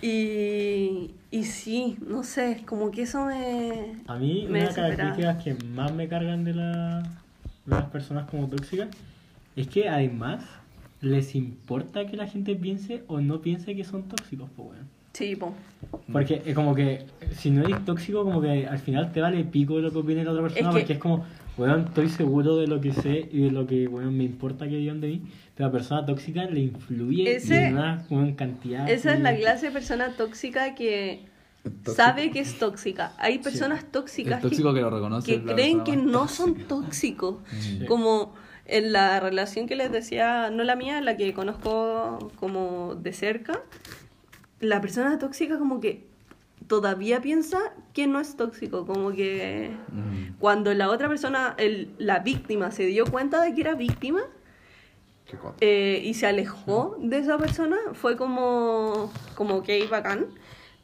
[SPEAKER 3] Y, y sí, no sé, como que eso me...
[SPEAKER 2] A mí
[SPEAKER 3] Me
[SPEAKER 2] una de las
[SPEAKER 3] desesperaba.
[SPEAKER 2] características que más me cargan de, la- de las personas como tóxicas es que además les importa que la gente piense o no piense que son tóxicos, pues bueno.
[SPEAKER 3] Sí, po.
[SPEAKER 2] Porque eh, como que si no eres tóxico, como que al final te vale pico lo que opine la otra persona,
[SPEAKER 3] que-
[SPEAKER 2] porque es como, weón, estoy seguro de lo que sé y de lo que, weón, me importa que digan de mí, pero la persona tóxica le influye
[SPEAKER 3] Ese-
[SPEAKER 2] en una weón,
[SPEAKER 1] Ah,
[SPEAKER 2] cantidad.
[SPEAKER 3] Esa es
[SPEAKER 2] así.
[SPEAKER 3] la clase de persona tóxica que
[SPEAKER 1] Tóxico.
[SPEAKER 3] sabe que es tóxica. Hay personas
[SPEAKER 1] El
[SPEAKER 3] tóxicas
[SPEAKER 1] tóxico
[SPEAKER 3] que,
[SPEAKER 1] que lo reconoce.
[SPEAKER 3] que
[SPEAKER 1] es la
[SPEAKER 3] creen que
[SPEAKER 1] persona más (laughs)
[SPEAKER 3] no son tóxicos.
[SPEAKER 1] Mm.
[SPEAKER 3] Como en la relación que les decía, no la mía, la que conozco como de cerca, la persona tóxica como que todavía piensa que no es tóxico, como que...
[SPEAKER 1] Mm.
[SPEAKER 3] Cuando la otra persona, el- la víctima, se dio cuenta de que era víctima
[SPEAKER 1] Qué cuático.
[SPEAKER 3] eh, y se alejó de esa persona, fue como, como ok, bacán.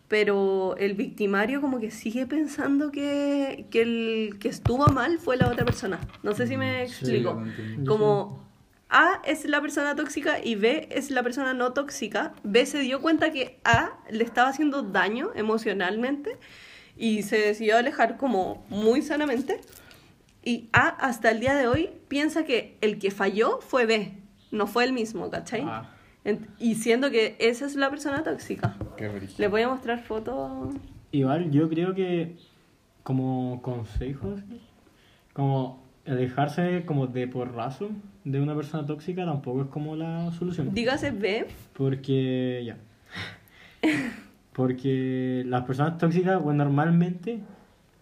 [SPEAKER 3] Pero el victimario como que sigue pensando que, que el que estuvo mal fue la otra persona. No sé si me
[SPEAKER 1] Sí,
[SPEAKER 3] explico.
[SPEAKER 1] yo te entiendo.
[SPEAKER 3] como A es la persona tóxica y B es la persona no tóxica. B se dio cuenta que A le estaba haciendo daño emocionalmente y se decidió alejar como muy sanamente. Y A hasta el día de hoy piensa que el que falló fue B, no fue el mismo, ¿cachai?
[SPEAKER 2] Ah.
[SPEAKER 3] Ent- Y siendo que esa es la persona tóxica.
[SPEAKER 1] Qué brillo.
[SPEAKER 3] Les voy a mostrar fotos.
[SPEAKER 2] Igual yo creo que como consejos, como alejarse como de porrazo de una persona tóxica tampoco es como la solución.
[SPEAKER 3] Dígase B.
[SPEAKER 2] Porque ya. Porque las personas tóxicas, bueno, normalmente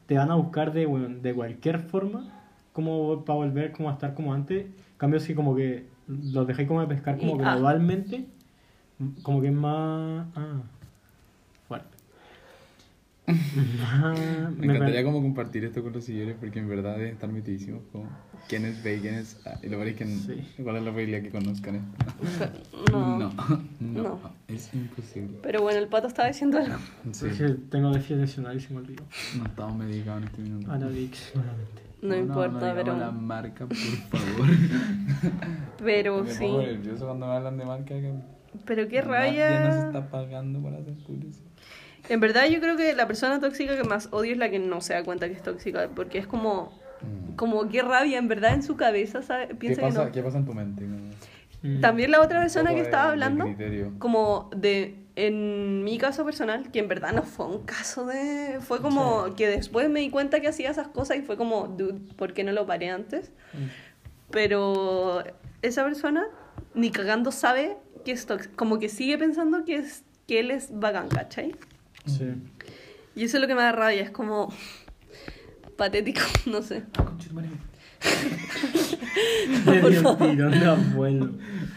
[SPEAKER 2] te van a buscar de, bueno, de cualquier forma como para volver como a estar como antes. En cambio, si como que los dejáis como de pescar como
[SPEAKER 3] Y- ah.
[SPEAKER 2] gradualmente, como que es más... Ah,
[SPEAKER 3] (laughs)
[SPEAKER 2] fuerte. Más-
[SPEAKER 1] Me encantaría como compartir esto con los seguidores porque en verdad deben estar metidísimos con quién es B y quién es A. Y lo peor es que n-
[SPEAKER 2] Sí.
[SPEAKER 1] cuál es la probabilidad que conozcan esto.
[SPEAKER 3] No.
[SPEAKER 1] (laughs) no, no,
[SPEAKER 3] No.
[SPEAKER 1] es imposible.
[SPEAKER 3] Pero bueno, el pato estaba diciendo algo.
[SPEAKER 1] Sí,
[SPEAKER 2] Es que tengo déficit nacional y se me olvidó.
[SPEAKER 1] no estamos medicados en este minuto.
[SPEAKER 2] Analix, nuevamente.
[SPEAKER 3] No, importa,
[SPEAKER 1] no digamos
[SPEAKER 3] pero.
[SPEAKER 1] la marca, (laughs) por favor.
[SPEAKER 3] Pero
[SPEAKER 1] me
[SPEAKER 3] sí.
[SPEAKER 1] pongo nervioso cuando me hablan de marca. que
[SPEAKER 3] Pero qué
[SPEAKER 1] la marca no se
[SPEAKER 3] raya.
[SPEAKER 1] está pagando para hacer publicidad.
[SPEAKER 3] En verdad, yo creo que la persona tóxica que más odio es la que no se da cuenta que es tóxica. Porque es como. Como qué rabia, en verdad, en su cabeza ¿sabe?
[SPEAKER 1] ¿Qué
[SPEAKER 3] piensa que
[SPEAKER 1] pasa,
[SPEAKER 3] no.
[SPEAKER 1] ¿Qué pasa en tu mente? Como-
[SPEAKER 2] Mm.
[SPEAKER 3] También la otra
[SPEAKER 1] Un
[SPEAKER 3] persona
[SPEAKER 1] poco
[SPEAKER 3] que
[SPEAKER 1] de-
[SPEAKER 3] estaba
[SPEAKER 1] de
[SPEAKER 3] hablando,
[SPEAKER 1] criterio.
[SPEAKER 3] como de, en mi caso personal, que en verdad no fue un caso de, fue como que después me di cuenta que hacía esas cosas y fue como, dude, ¿por qué no lo paré antes?
[SPEAKER 2] Mm.
[SPEAKER 3] Pero esa persona ni cagando sabe que es tóxico, como que sigue pensando que, es, que él es bacán, ¿cachai?
[SPEAKER 2] Sí.
[SPEAKER 1] Mm.
[SPEAKER 2] (laughs)
[SPEAKER 3] Y eso es lo que me da rabia, es como patético, (laughs) no sé. (laughs)
[SPEAKER 2] Le di un tirón de abuelo.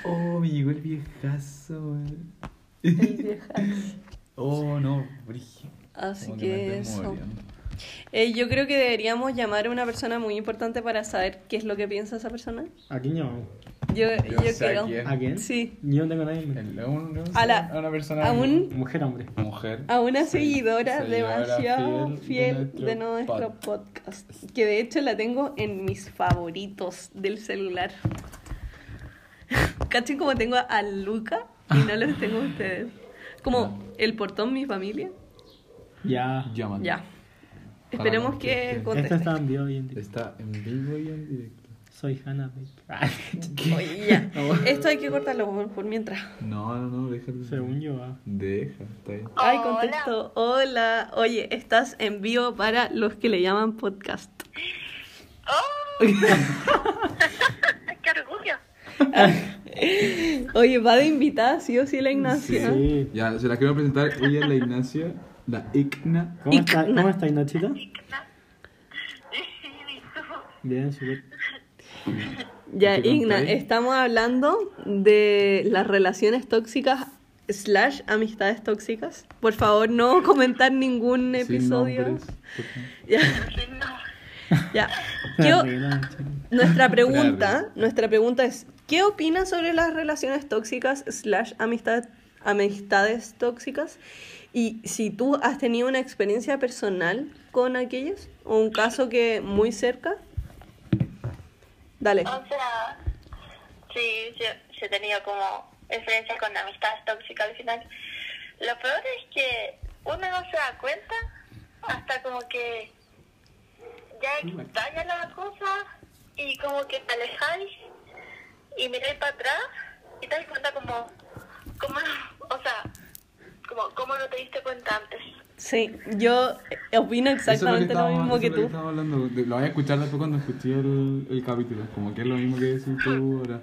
[SPEAKER 1] Oh, me llegó el viejazo. eh.
[SPEAKER 3] El viejazo.
[SPEAKER 1] Oh, no, brígido.
[SPEAKER 3] Así
[SPEAKER 1] Como
[SPEAKER 3] que,
[SPEAKER 1] me estoy
[SPEAKER 3] eso.
[SPEAKER 1] muriendo.
[SPEAKER 3] Eh, yo creo que deberíamos llamar a una persona muy importante para saber qué es lo que piensa esa persona.
[SPEAKER 2] ¿A quién llamamos?
[SPEAKER 3] Yo, yo,
[SPEAKER 1] sé a
[SPEAKER 3] creo.
[SPEAKER 1] quién.
[SPEAKER 2] ¿A quién?
[SPEAKER 3] Sí.
[SPEAKER 2] Yo no tengo nadie en mente.
[SPEAKER 1] El- un- un-
[SPEAKER 3] A la-
[SPEAKER 1] una persona.
[SPEAKER 3] a un-
[SPEAKER 2] Mujer, hombre.
[SPEAKER 1] Mujer.
[SPEAKER 3] A una
[SPEAKER 1] Sí,
[SPEAKER 3] seguidora,
[SPEAKER 1] seguidora
[SPEAKER 3] demasiado
[SPEAKER 1] fiel de
[SPEAKER 3] fiel,
[SPEAKER 1] nuestro
[SPEAKER 3] de nuestro,
[SPEAKER 1] pod-
[SPEAKER 3] podcast. Que de hecho la tengo en mis favoritos del celular. (laughs) Cachen como tengo a Luca y no los tengo a ustedes. Como el portón, mi familia.
[SPEAKER 2] Ya.
[SPEAKER 1] Llámate.
[SPEAKER 3] Ya. Esperemos
[SPEAKER 1] Ojalá
[SPEAKER 3] que
[SPEAKER 1] que-
[SPEAKER 2] Esta
[SPEAKER 3] contesten.
[SPEAKER 2] está en vivo hoy en día.
[SPEAKER 1] Está en vivo y en directo.
[SPEAKER 2] Soy Hannah Baker. (laughs) Ah, Ay,
[SPEAKER 3] Oye,
[SPEAKER 1] (laughs)
[SPEAKER 3] ya. Esto hay que cortarlo por, por mientras.
[SPEAKER 1] No, no, no, déjalo.
[SPEAKER 2] Según yo, ah.
[SPEAKER 1] Deja, está bien.
[SPEAKER 3] Ay, contexto. Hola. Oye, estás en vivo para los que le llaman podcast.
[SPEAKER 4] ¡Qué orgullo!
[SPEAKER 3] Oye, va de invitada, sí o sí, la Ignacia.
[SPEAKER 2] Sí.
[SPEAKER 1] Ya, se la quiero presentar. Ella es la Ignacia, la Igna.
[SPEAKER 2] ¿Cómo está, ¿Cómo
[SPEAKER 3] (laughs)
[SPEAKER 2] estáis, Nachita?
[SPEAKER 4] ¿Y tú?
[SPEAKER 2] Bien, súper.
[SPEAKER 3] Ya,
[SPEAKER 1] ¿Te
[SPEAKER 3] Igna,
[SPEAKER 1] contáis?
[SPEAKER 3] estamos hablando de las relaciones tóxicas slash amistades tóxicas. Por favor, no comentar ningún
[SPEAKER 1] Sin
[SPEAKER 3] episodio.
[SPEAKER 1] nombres, por favor.
[SPEAKER 3] Ya,
[SPEAKER 4] No.
[SPEAKER 1] (laughs)
[SPEAKER 3] ya. ¿Qué
[SPEAKER 2] (laughs)
[SPEAKER 3] o-
[SPEAKER 2] Está re buena, Nachita.
[SPEAKER 3] nuestra pregunta, nuestra pregunta es, ¿qué opinas sobre las relaciones tóxicas slash amistad, amistades tóxicas? Y si tú has tenido una experiencia personal con aquellas o un caso que muy cerca. Dale.
[SPEAKER 4] O sea, sí, yo, yo he tenido como experiencia con amistades tóxicas al final. Lo peor es que uno no se da cuenta hasta como que ya extraña la cosa y como que te alejáis y miráis para atrás y te das cuenta como, como, o sea, como, como no te diste cuenta antes.
[SPEAKER 3] Sí, yo opino
[SPEAKER 1] Eso es
[SPEAKER 3] exactamente lo,
[SPEAKER 1] estábamos-
[SPEAKER 3] mismo
[SPEAKER 1] eso
[SPEAKER 3] que
[SPEAKER 1] es lo
[SPEAKER 3] tú.
[SPEAKER 1] estábamos hablando. De- Lo voy a escuchar después cuando escuché el, el capítulo. Como que es lo mismo que decís tú ahora.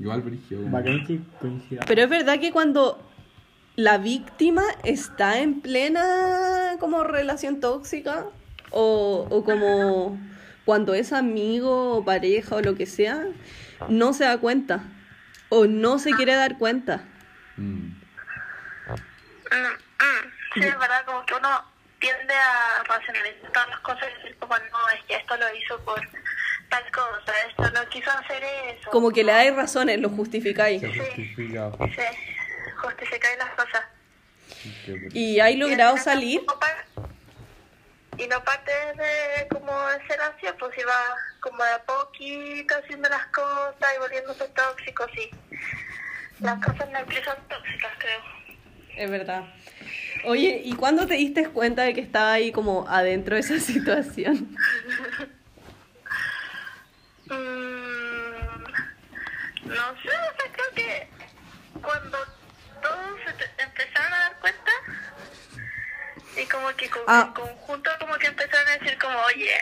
[SPEAKER 1] Igual, Brigio. como-
[SPEAKER 2] Bacán que coincida.
[SPEAKER 3] Pero es verdad que cuando la víctima está en plena como relación tóxica o, o como cuando es amigo o pareja o lo que sea, no se da cuenta o no se quiere dar cuenta.
[SPEAKER 1] Mm.
[SPEAKER 4] Mm, mm, Sí, es verdad, como que uno tiende a racionalizar todas las cosas y decir como, no, es que esto lo hizo por tal cosa, esto no quiso hacer eso.
[SPEAKER 3] Como que le dais razones, lo justificáis.
[SPEAKER 1] Se justifica.
[SPEAKER 4] Sí, justificar las cosas.
[SPEAKER 3] ¿Y hay logrado salir?
[SPEAKER 4] Y no parte de como de ser así, pues si va como de a poquito haciendo las cosas y volviéndose tóxico, sí. Las cosas no empiezan tóxicas, creo.
[SPEAKER 3] Es verdad. Oye, ¿y cuándo te diste cuenta de que estaba ahí como adentro de esa (laughs) situación?
[SPEAKER 4] Mm, No sé, o sea, creo que cuando todos se te- empezaron a dar cuenta y como que con,
[SPEAKER 3] Ah.
[SPEAKER 4] en conjunto como que empezaron a decir como, oye,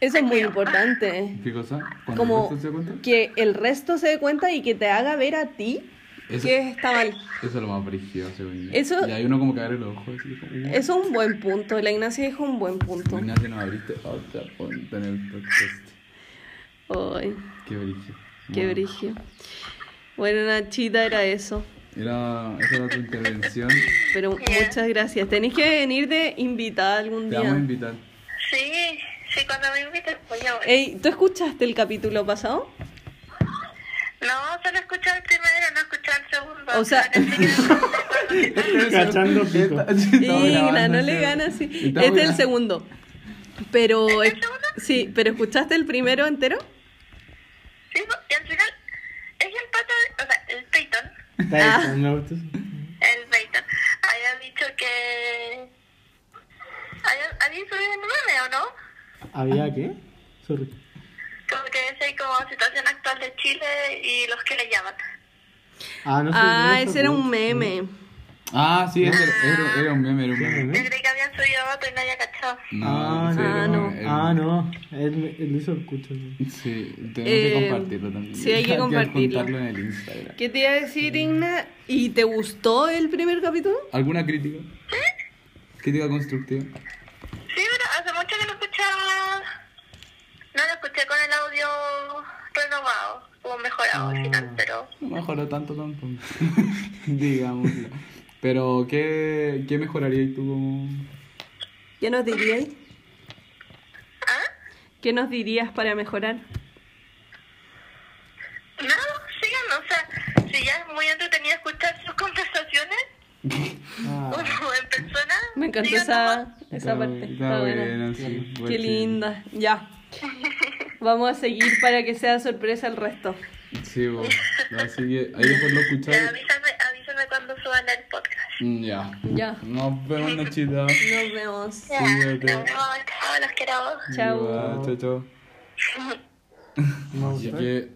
[SPEAKER 3] Eso es muy importante.
[SPEAKER 1] ¿Qué cosa? ¿Cuándo
[SPEAKER 3] como
[SPEAKER 1] esto se da cuenta?
[SPEAKER 3] que el resto se dé cuenta y que te haga ver a ti
[SPEAKER 1] Eso,
[SPEAKER 3] que está mal.
[SPEAKER 1] eso es lo más brígido, según yo.
[SPEAKER 3] Eso-
[SPEAKER 1] Y hay uno como que abre los ojos y como... "Uh,
[SPEAKER 3] Eso es un buen punto. La Ignacia dijo un buen punto.
[SPEAKER 1] Ignacio, nos abriste otra punta en el podcast.
[SPEAKER 3] Ay,
[SPEAKER 1] Qué brígido.
[SPEAKER 3] qué
[SPEAKER 1] Wow.
[SPEAKER 3] brigio. Bueno, Nachita, era eso.
[SPEAKER 1] Era, esa era tu intervención.
[SPEAKER 3] Pero
[SPEAKER 4] Ya.
[SPEAKER 3] muchas gracias. Tenéis que venir de invitada algún
[SPEAKER 1] Te vamos a
[SPEAKER 3] día.
[SPEAKER 1] invitar.
[SPEAKER 4] sí, sí, cuando me inviten, pues yo voy.
[SPEAKER 3] Ey, ¿tú escuchaste el capítulo pasado?
[SPEAKER 4] No, solo escuché el primero, no escuché el segundo.
[SPEAKER 3] O sea- (laughs)
[SPEAKER 2] Cachando
[SPEAKER 1] Este
[SPEAKER 2] pico.
[SPEAKER 3] Igna, no le gana así. Este es el
[SPEAKER 1] segundo.
[SPEAKER 3] segundo. Pero
[SPEAKER 4] ¿Este es el segundo?
[SPEAKER 3] sí, pero escuchaste el primero entero?
[SPEAKER 4] Sí, pues, y al final es el pata, de- o sea, el Peyton,
[SPEAKER 2] Está bien,
[SPEAKER 3] Ah.
[SPEAKER 2] me gusta eso.
[SPEAKER 4] el Peyton, había dicho que... Había, había subido un meme, ¿o no?
[SPEAKER 3] Ah.
[SPEAKER 2] ¿Había qué? Sorry.
[SPEAKER 4] Como que decía como situación actual de Chile y los que le llaman.
[SPEAKER 2] Ah, no sé. no
[SPEAKER 3] Ah,
[SPEAKER 2] sé,
[SPEAKER 3] ese era
[SPEAKER 2] no.
[SPEAKER 3] un meme.
[SPEAKER 1] Ah, sí, ese era, era, era un meme, era un meme.
[SPEAKER 4] Yo creí que habían subido otro y no había cachado.
[SPEAKER 1] No,
[SPEAKER 2] ¿eh? Ah,
[SPEAKER 1] ese era
[SPEAKER 3] no.
[SPEAKER 1] un- era-
[SPEAKER 2] Ah, no. Él, él hizo el cucho. ¿no?
[SPEAKER 1] Sí, tenemos
[SPEAKER 3] Eh,
[SPEAKER 1] que compartirlo también.
[SPEAKER 3] sí,
[SPEAKER 1] (laughs)
[SPEAKER 3] hay que compartirlo.
[SPEAKER 1] contarlo en el Instagram.
[SPEAKER 3] ¿Qué te iba a decir, Igna? ¿Y te gustó el primer capítulo?
[SPEAKER 1] ¿Alguna crítica? ¿Crítica constructiva?
[SPEAKER 4] Sí, pero hace mucho que lo escuchaba. No lo escuché con el audio renovado, como mejorado al final, pero.
[SPEAKER 1] No mejoró tanto tampoco. (laughs) Digamos. Pero, ¿qué, qué mejorarías tú como.?
[SPEAKER 3] ¿Qué nos dirías?
[SPEAKER 4] ¿Ah?
[SPEAKER 3] ¿Qué nos dirías para mejorar?
[SPEAKER 4] No, sí,
[SPEAKER 2] Ah.
[SPEAKER 3] encantó esa, esa parte. Está buena.
[SPEAKER 1] sí.
[SPEAKER 3] Qué linda. Ya. Vamos a seguir para que sea sorpresa el resto.
[SPEAKER 1] Sí, bo. Así que ahí después lo
[SPEAKER 4] Ya,
[SPEAKER 1] escucháis.
[SPEAKER 4] avísame, avísame cuando suban el podcast.
[SPEAKER 1] Mm, Ya.
[SPEAKER 3] Ya.
[SPEAKER 1] Nos vemos, Nachita.
[SPEAKER 3] Nos vemos.
[SPEAKER 4] Ya, nos
[SPEAKER 1] Cuídate.
[SPEAKER 4] vemos, chao, los quiero.
[SPEAKER 3] Chao.
[SPEAKER 1] Igual, Chao, chao.
[SPEAKER 2] No,
[SPEAKER 1] Así que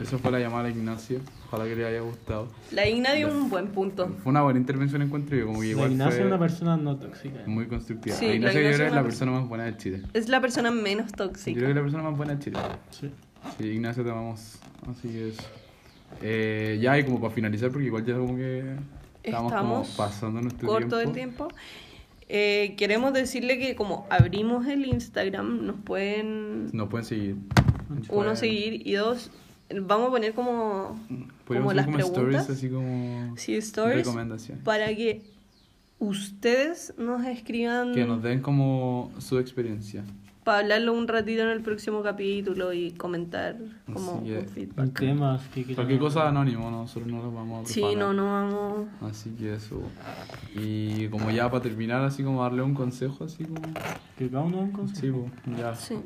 [SPEAKER 1] eso fue la llamada de Ignacio. Ojalá que le haya gustado.
[SPEAKER 3] La Igna dio un buen punto.
[SPEAKER 1] Fue una buena intervención, encuentro yo. Como que
[SPEAKER 2] la
[SPEAKER 1] igual
[SPEAKER 2] Ignacia
[SPEAKER 1] fue
[SPEAKER 2] es una persona no tóxica.
[SPEAKER 1] muy constructiva.
[SPEAKER 3] Sí,
[SPEAKER 1] La
[SPEAKER 3] la
[SPEAKER 1] Ignacio yo
[SPEAKER 3] Ignacia
[SPEAKER 1] creo que
[SPEAKER 3] es
[SPEAKER 1] es
[SPEAKER 3] una
[SPEAKER 1] la persona más buena de Chile.
[SPEAKER 3] Es la persona menos
[SPEAKER 1] Yo creo que
[SPEAKER 3] tóxica.
[SPEAKER 1] es la persona más buena de Chile.
[SPEAKER 2] Sí.
[SPEAKER 1] Sí, Ignacio, te amamos. Así que eso. Eh, ya, y como para finalizar, porque igual ya como que estamos,
[SPEAKER 3] Estamos
[SPEAKER 1] como pasando nuestro
[SPEAKER 3] Corto el tiempo. Eh, queremos decirle que como abrimos el Instagram, nos pueden,
[SPEAKER 1] Nos pueden seguir.
[SPEAKER 3] uno,
[SPEAKER 1] Pueden-
[SPEAKER 3] seguir y dos, vamos a poner como, como
[SPEAKER 1] Podríamos
[SPEAKER 3] las
[SPEAKER 1] hacer como
[SPEAKER 3] preguntas.
[SPEAKER 1] stories, así como
[SPEAKER 3] Sí, stories.
[SPEAKER 1] recomendaciones.
[SPEAKER 3] Para que ustedes nos escriban
[SPEAKER 1] Que nos den como su experiencia.
[SPEAKER 3] para hablarlo un ratito en el próximo capítulo y comentar como
[SPEAKER 1] Así que-
[SPEAKER 3] un feedback.
[SPEAKER 2] Con temas que quieran
[SPEAKER 1] Cualquier cosa
[SPEAKER 2] hablar.
[SPEAKER 1] anónimo, nosotros no lo vamos a
[SPEAKER 3] Sí,
[SPEAKER 1] preparar.
[SPEAKER 3] no, no vamos.
[SPEAKER 1] Así que eso. Y como ya para terminar, así como darle un consejo, así como.
[SPEAKER 2] Que cada uno un consejo.
[SPEAKER 1] Sí, pues, ya.
[SPEAKER 3] Sí,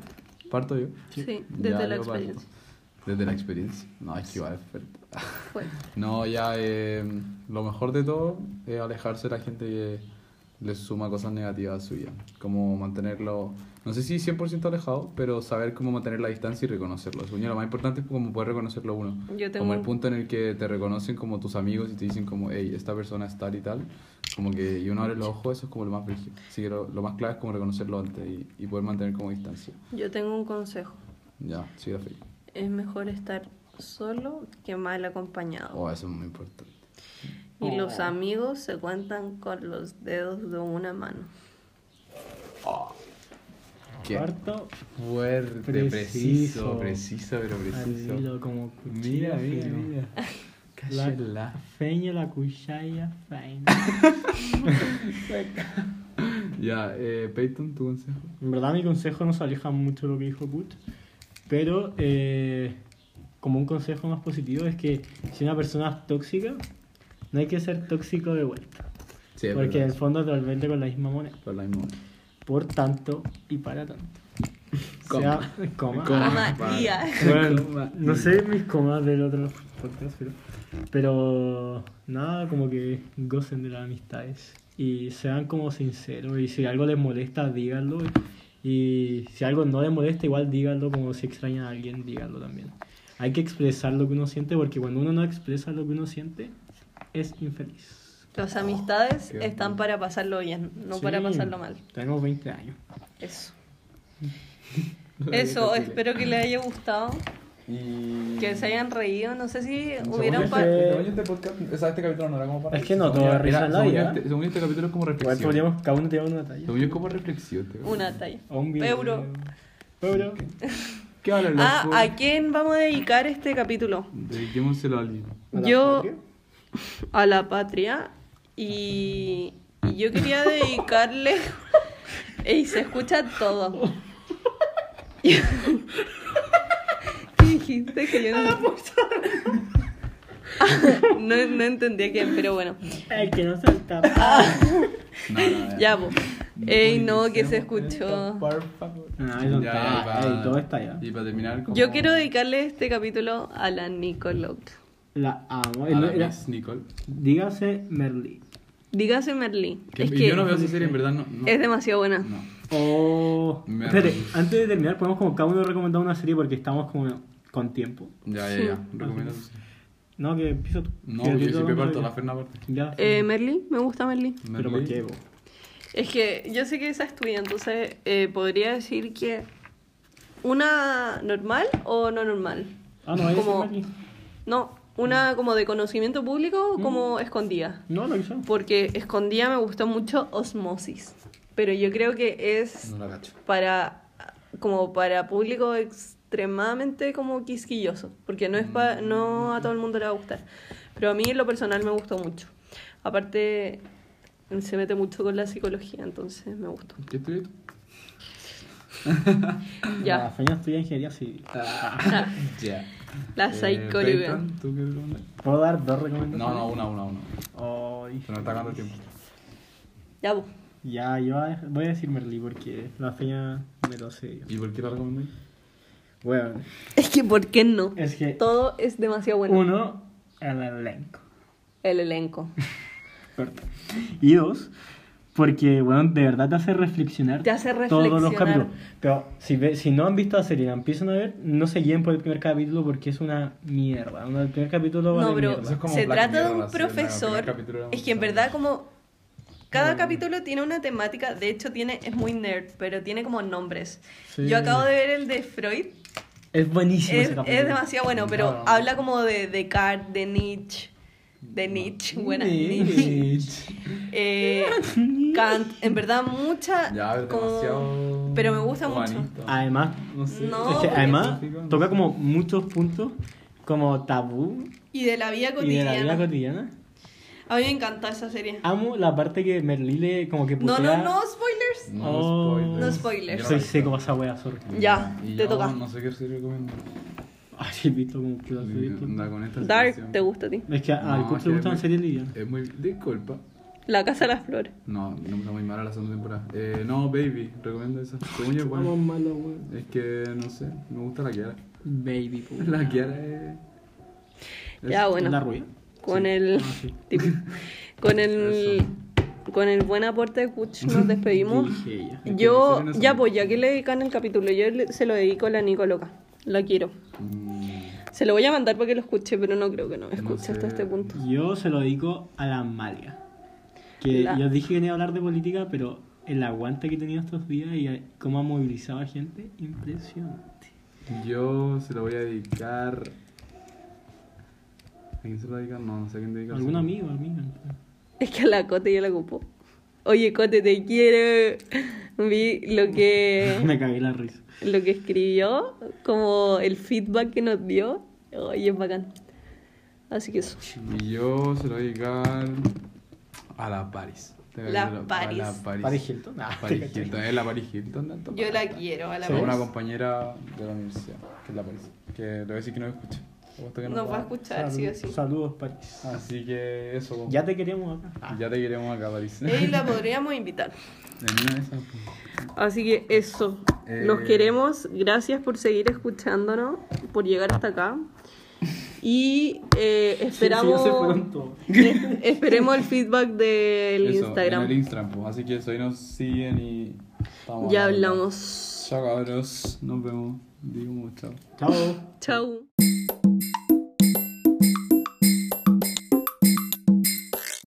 [SPEAKER 1] Parto yo.
[SPEAKER 3] sí,
[SPEAKER 1] Ya,
[SPEAKER 3] desde la
[SPEAKER 1] yo parto.
[SPEAKER 3] experiencia.
[SPEAKER 1] Desde la experiencia. No, es que igual es fuerte.
[SPEAKER 3] Fue.
[SPEAKER 1] No, ya, eh, lo mejor de todo es alejarse de la gente que le suma cosas negativas a su vida. Como mantenerlo, no sé si 100% alejado, pero saber cómo mantener la distancia y reconocerlo. Según yo, lo más importante es como poder reconocerlo uno.
[SPEAKER 3] Yo tengo
[SPEAKER 1] Como el
[SPEAKER 3] un-
[SPEAKER 1] punto en el que te reconocen como tus amigos y te dicen como, hey, esta persona es tal y tal. Como que y uno abre los ojos, eso es como lo más brígido. Así que lo, lo más clave es como reconocerlo antes y, y poder mantener como distancia.
[SPEAKER 3] Yo tengo un consejo.
[SPEAKER 1] Ya, sigue feliz.
[SPEAKER 3] Es mejor estar solo que mal acompañado.
[SPEAKER 1] Oh, eso es muy importante.
[SPEAKER 3] Y los amigos se cuentan con los dedos de una mano.
[SPEAKER 1] ¿Qué?
[SPEAKER 2] Cuarto,
[SPEAKER 1] Fuerte, preciso,
[SPEAKER 2] Preciso.
[SPEAKER 1] preciso, pero
[SPEAKER 2] al
[SPEAKER 1] preciso.
[SPEAKER 2] hilo, como
[SPEAKER 1] Mira,
[SPEAKER 2] cuchillo
[SPEAKER 1] mira,
[SPEAKER 2] fino.
[SPEAKER 1] mira.
[SPEAKER 2] La feña, la cuchilla, feña.
[SPEAKER 1] Ya, eh, Peyton, tu consejo.
[SPEAKER 2] En verdad mi consejo no se aleja mucho de lo que dijo Put, pero eh, como un consejo más positivo es que si una persona es tóxica, no hay que ser tóxico de vuelta,
[SPEAKER 1] Sí, es
[SPEAKER 2] porque en el
[SPEAKER 1] verdad.
[SPEAKER 2] fondo te vuelve con la misma moneda.
[SPEAKER 1] Por la misma.
[SPEAKER 2] Por tanto y para tanto.
[SPEAKER 1] Coma.
[SPEAKER 2] Sea, coma.
[SPEAKER 1] Coma.
[SPEAKER 3] Ama
[SPEAKER 1] vale.
[SPEAKER 3] tía.
[SPEAKER 2] Bueno,
[SPEAKER 1] Coma.
[SPEAKER 2] no sé mis comas del otro podcast, pero, pero nada, como que gocen de las amistades y sean como sinceros y si algo les molesta, díganlo y si algo no les molesta, igual díganlo como si extrañan a alguien, díganlo también. Hay que expresar lo que uno siente porque cuando uno no expresa lo que uno siente, es infeliz.
[SPEAKER 3] Las amistades
[SPEAKER 1] qué
[SPEAKER 3] están
[SPEAKER 1] bueno.
[SPEAKER 3] para pasarlo bien, no para
[SPEAKER 2] Sí,
[SPEAKER 3] pasarlo mal.
[SPEAKER 2] Tenemos 20 años. (laughs)
[SPEAKER 3] Eso.
[SPEAKER 1] La
[SPEAKER 3] Eso,
[SPEAKER 1] vieja
[SPEAKER 3] espero que les haya gustado,
[SPEAKER 1] Y...
[SPEAKER 3] que se hayan reído. No sé si
[SPEAKER 1] Según
[SPEAKER 3] hubieran...
[SPEAKER 1] este-
[SPEAKER 3] par-
[SPEAKER 1] según este podcast, o sea, este capítulo no era como para...
[SPEAKER 2] Eh. Es que no,
[SPEAKER 1] Según
[SPEAKER 2] todo
[SPEAKER 1] yo,
[SPEAKER 2] es risa
[SPEAKER 1] era-
[SPEAKER 2] en la
[SPEAKER 1] según
[SPEAKER 2] vida.
[SPEAKER 1] yo, este- Según yo, este capítulo es como
[SPEAKER 2] Igual
[SPEAKER 1] reflexión.
[SPEAKER 2] podríamos, cada uno tiene una talla.
[SPEAKER 1] Según yo es como reflexión. te-
[SPEAKER 3] Una talla.
[SPEAKER 2] O un video.
[SPEAKER 3] Euro.
[SPEAKER 2] Euro.
[SPEAKER 1] ¿Qué hablan los
[SPEAKER 3] Ah,
[SPEAKER 1] pobres?
[SPEAKER 3] ¿a quién vamos a dedicar este capítulo?
[SPEAKER 1] Dediquémoselo a alguien.
[SPEAKER 2] ¿A la
[SPEAKER 3] Yo
[SPEAKER 2] patria?
[SPEAKER 3] a la patria y, y yo quería dedicarle... (laughs) y se escucha todo. (laughs) ¿Qué dijiste que yo no... no, (laughs) no entendí a quién, pero bueno.
[SPEAKER 2] El que no salta.
[SPEAKER 3] (laughs)
[SPEAKER 1] No, no, ya.
[SPEAKER 3] Ya, po. Ey, no, que se
[SPEAKER 1] Utilicemos
[SPEAKER 3] escuchó.
[SPEAKER 1] esto, por favor.
[SPEAKER 2] Ah, eso
[SPEAKER 1] Ya,
[SPEAKER 2] está,
[SPEAKER 1] y para-
[SPEAKER 2] ey, todo está ya.
[SPEAKER 1] Y para terminar como-
[SPEAKER 3] Yo quiero dedicarle este capítulo a la Nicoloc.
[SPEAKER 2] La amo.
[SPEAKER 1] a
[SPEAKER 2] El-
[SPEAKER 1] la
[SPEAKER 2] era-
[SPEAKER 1] Miss Nicole.
[SPEAKER 2] dígase Merlí.
[SPEAKER 3] Dígase Merlí.
[SPEAKER 1] Que-
[SPEAKER 3] Es
[SPEAKER 1] y
[SPEAKER 3] que
[SPEAKER 1] yo no veo esa serie, en verdad no. no-
[SPEAKER 3] es demasiado buena.
[SPEAKER 1] no.
[SPEAKER 2] O.
[SPEAKER 1] Merlí.
[SPEAKER 2] Espérate, antes de terminar, podemos como cada uno recomendar una serie porque estamos como con tiempo.
[SPEAKER 1] Ya, ya,
[SPEAKER 3] (laughs)
[SPEAKER 1] ya. Recomiendo.
[SPEAKER 2] No, que empiezo tú.
[SPEAKER 1] No,
[SPEAKER 2] Que
[SPEAKER 1] yo
[SPEAKER 2] tú
[SPEAKER 1] siempre
[SPEAKER 2] no
[SPEAKER 1] parto la
[SPEAKER 2] sé.
[SPEAKER 1] Ferna parte.
[SPEAKER 2] Ya.
[SPEAKER 3] Eh, Merlí, me gusta Merlí.
[SPEAKER 2] Pero ¿por qué? vos?
[SPEAKER 3] Es que yo sé que esa es tuya, entonces eh, podría decir que una normal o no normal.
[SPEAKER 2] Ah, no, ahí
[SPEAKER 3] Como-
[SPEAKER 2] es Merlí.
[SPEAKER 3] No, una como de conocimiento público
[SPEAKER 2] Mm.
[SPEAKER 3] como escondida.
[SPEAKER 2] No, lo hizo.
[SPEAKER 3] Porque escondida me gustó mucho Osmosis. Pero yo creo que es
[SPEAKER 1] No la cacho.
[SPEAKER 3] para como para público extremadamente como quisquilloso, porque no es pa- no a todo el mundo le va a gustar, pero a mí en lo personal me gustó mucho. Aparte se mete mucho con la psicología, entonces me gustó.
[SPEAKER 1] ¿Qué estuviste?
[SPEAKER 2] La
[SPEAKER 3] Ya, Ah.
[SPEAKER 2] feña estudia ingeniería sí.
[SPEAKER 1] Ya.
[SPEAKER 3] la psicología.
[SPEAKER 1] eh, Peyton, ¿tú qué recomiendas?
[SPEAKER 2] (laughs) ¿Puedo dar dos
[SPEAKER 1] No,
[SPEAKER 2] recomendaciones?
[SPEAKER 1] no, una, una, una.
[SPEAKER 2] Ay.
[SPEAKER 1] Se nos está acabando el tiempo.
[SPEAKER 3] Ya, bu.
[SPEAKER 2] Ya, yo voy a- voy a decir Merlí porque la feña me lo sé.
[SPEAKER 1] ¿Y por qué la recomendáis?
[SPEAKER 2] Bueno,
[SPEAKER 3] Es que, ¿por qué no?
[SPEAKER 2] es que
[SPEAKER 3] Todo es demasiado bueno.
[SPEAKER 2] uno, el elenco.
[SPEAKER 3] El elenco.
[SPEAKER 2] Perdón. Y dos, porque, bueno, de verdad te hace reflexionar.
[SPEAKER 3] Te hace
[SPEAKER 2] Todos los
[SPEAKER 3] reflexionar.
[SPEAKER 2] capítulos. Pero si, ve- si no han visto la serie y la empiezan a ver, no se guíen por el primer capítulo porque es una mierda. Uno, el primer capítulo vale
[SPEAKER 3] No, pero
[SPEAKER 1] Eso
[SPEAKER 2] mierda.
[SPEAKER 1] es como
[SPEAKER 3] se
[SPEAKER 1] Black
[SPEAKER 3] trata de
[SPEAKER 1] Mirror,
[SPEAKER 3] un
[SPEAKER 1] así, en la
[SPEAKER 3] profesor.
[SPEAKER 1] primera capítulo era
[SPEAKER 3] Es que en
[SPEAKER 1] muy
[SPEAKER 3] verdad
[SPEAKER 1] sabroso.
[SPEAKER 3] como cada capítulo tiene una temática, de hecho tiene es muy nerd, pero tiene como nombres.
[SPEAKER 2] Sí.
[SPEAKER 3] Yo acabo de ver el de Freud,
[SPEAKER 2] Es buenísimo
[SPEAKER 3] es,
[SPEAKER 2] ese capítulo.
[SPEAKER 3] es demasiado bueno, pero
[SPEAKER 2] No.
[SPEAKER 3] habla como de Descartes, de Nietzsche, de Nietzsche, buena Nietzsche.
[SPEAKER 2] Nietzsche.
[SPEAKER 3] (laughs) Eh, Kant, en verdad mucha
[SPEAKER 1] Ya, a ver,
[SPEAKER 3] como-
[SPEAKER 1] demasiado.
[SPEAKER 3] pero me gusta mucho.
[SPEAKER 1] humanista.
[SPEAKER 2] (laughs) Además,
[SPEAKER 1] No sé.
[SPEAKER 3] No,
[SPEAKER 2] es que
[SPEAKER 3] porque-
[SPEAKER 2] además toca como muchos puntos como tabú
[SPEAKER 3] y de la vida
[SPEAKER 2] y de la vida
[SPEAKER 3] cotidiana.
[SPEAKER 2] cotidiana.
[SPEAKER 3] A mí me encanta esa serie.
[SPEAKER 2] Amo la parte que Merlí le como que
[SPEAKER 3] No,
[SPEAKER 2] putea.
[SPEAKER 3] no, no spoilers.
[SPEAKER 1] No,
[SPEAKER 2] Oh.
[SPEAKER 1] spoilers.
[SPEAKER 3] No spoilers.
[SPEAKER 1] Yo
[SPEAKER 2] Soy
[SPEAKER 1] la he
[SPEAKER 2] seco
[SPEAKER 1] visto.
[SPEAKER 2] para esa wea, sorry.
[SPEAKER 3] Ya,
[SPEAKER 1] Y
[SPEAKER 3] te
[SPEAKER 1] yo
[SPEAKER 3] toca.
[SPEAKER 1] No sé qué serie recomiendo.
[SPEAKER 2] Ay, he visto como que lo has visto.
[SPEAKER 1] Anda con esta
[SPEAKER 3] Dark,
[SPEAKER 1] situación.
[SPEAKER 3] ¿te gusta a ti?
[SPEAKER 2] Es que a- al
[SPEAKER 1] No,
[SPEAKER 2] curso
[SPEAKER 1] que
[SPEAKER 2] le gustan
[SPEAKER 1] me-
[SPEAKER 2] series livianas.
[SPEAKER 1] Es muy. Disculpa.
[SPEAKER 3] La Casa de las Flores.
[SPEAKER 1] No, no está muy mala la segunda temporada. Eh, no, Baby, recomiendo
[SPEAKER 2] (laughs)
[SPEAKER 1] esa. Según yo es buena.
[SPEAKER 2] Vamos malo, weón.
[SPEAKER 1] Es que no sé, me gusta la Kiara. (laughs)
[SPEAKER 2] Baby, po.
[SPEAKER 1] La Kiara es. es-
[SPEAKER 3] Ya, bueno.
[SPEAKER 2] La rubia.
[SPEAKER 3] Con
[SPEAKER 1] Sí.
[SPEAKER 3] el.
[SPEAKER 2] Ah, sí.
[SPEAKER 3] (laughs)
[SPEAKER 1] (laughs)
[SPEAKER 3] tipo- con el. Con el buen aporte de Kuch
[SPEAKER 1] (laughs)
[SPEAKER 3] nos despedimos.
[SPEAKER 2] Dije ella.
[SPEAKER 1] Es que
[SPEAKER 3] Yo.
[SPEAKER 1] dicen eso.
[SPEAKER 3] Ya, pues, ya que le dedican el capítulo, yo le- se lo dedico a la Nico Loca. La quiero.
[SPEAKER 1] Mm,
[SPEAKER 3] Se lo voy a mandar para que lo escuche, pero no creo que no me
[SPEAKER 1] No
[SPEAKER 3] escuche
[SPEAKER 1] sé.
[SPEAKER 3] hasta este punto.
[SPEAKER 2] Yo se lo dedico a la Amalia. Que
[SPEAKER 3] La-
[SPEAKER 2] yo dije que no iba a hablar de política, pero el aguante que he tenido estos días y eh, cómo ha movilizado a gente, impresionante.
[SPEAKER 1] Yo se lo voy a dedicar. ¿A quién se lo dedicar? No, no sé a quién dedicar.
[SPEAKER 2] ¿Algún amigo, amiga?
[SPEAKER 3] Es que a la Cote ya la ocupó. Oye, Cote, te quiero. (laughs) Vi lo
[SPEAKER 1] (laughs)
[SPEAKER 3] que.
[SPEAKER 2] (laughs) Me cagué la risa.
[SPEAKER 3] Lo que escribió, como el feedback que nos dio. Oye, es bacán. Así que eso.
[SPEAKER 1] Y yo se lo voy a dedicar. A la Paris. Te voy a
[SPEAKER 3] La
[SPEAKER 1] dedicar a-
[SPEAKER 3] Paris.
[SPEAKER 1] A la Paris.
[SPEAKER 2] Paris Hilton. Ah,
[SPEAKER 1] A
[SPEAKER 2] (laughs)
[SPEAKER 1] Paris Hilton. Es la Paris Hilton. tanto
[SPEAKER 3] Yo
[SPEAKER 1] para
[SPEAKER 3] la
[SPEAKER 1] acá.
[SPEAKER 3] quiero a la
[SPEAKER 1] Sí, una
[SPEAKER 3] vez.
[SPEAKER 1] compañera de la universidad, que es la Paris. Que le voy a decir que no me escuche. Apuesto que no
[SPEAKER 3] Nos va a
[SPEAKER 1] va.
[SPEAKER 3] escuchar, sí o sí.
[SPEAKER 2] Saludos, París.
[SPEAKER 1] Así que eso.
[SPEAKER 2] Ya te queríamos acá. Ah,
[SPEAKER 1] Ya te queremos acá, Paris.
[SPEAKER 3] Y la podríamos invitar.
[SPEAKER 1] (laughs) En una de esas, pues.
[SPEAKER 3] Así que eso.
[SPEAKER 1] Eh.
[SPEAKER 3] Los queremos. Gracias por seguir escuchándonos, por llegar hasta acá. Y eh, esperamos.
[SPEAKER 2] Sí, sí, ya se
[SPEAKER 3] (laughs)
[SPEAKER 2] fueron todos.
[SPEAKER 3] es- esperemos el feedback del
[SPEAKER 1] Eso, En
[SPEAKER 3] Instagram.
[SPEAKER 1] el Instagram, pues. Así que eso ahí nos siguen y. estamos
[SPEAKER 3] Ya
[SPEAKER 1] hablando.
[SPEAKER 3] hablamos.
[SPEAKER 1] Chao, cabros. Nos vemos. Digo, chao.
[SPEAKER 2] Chao.
[SPEAKER 3] Chau.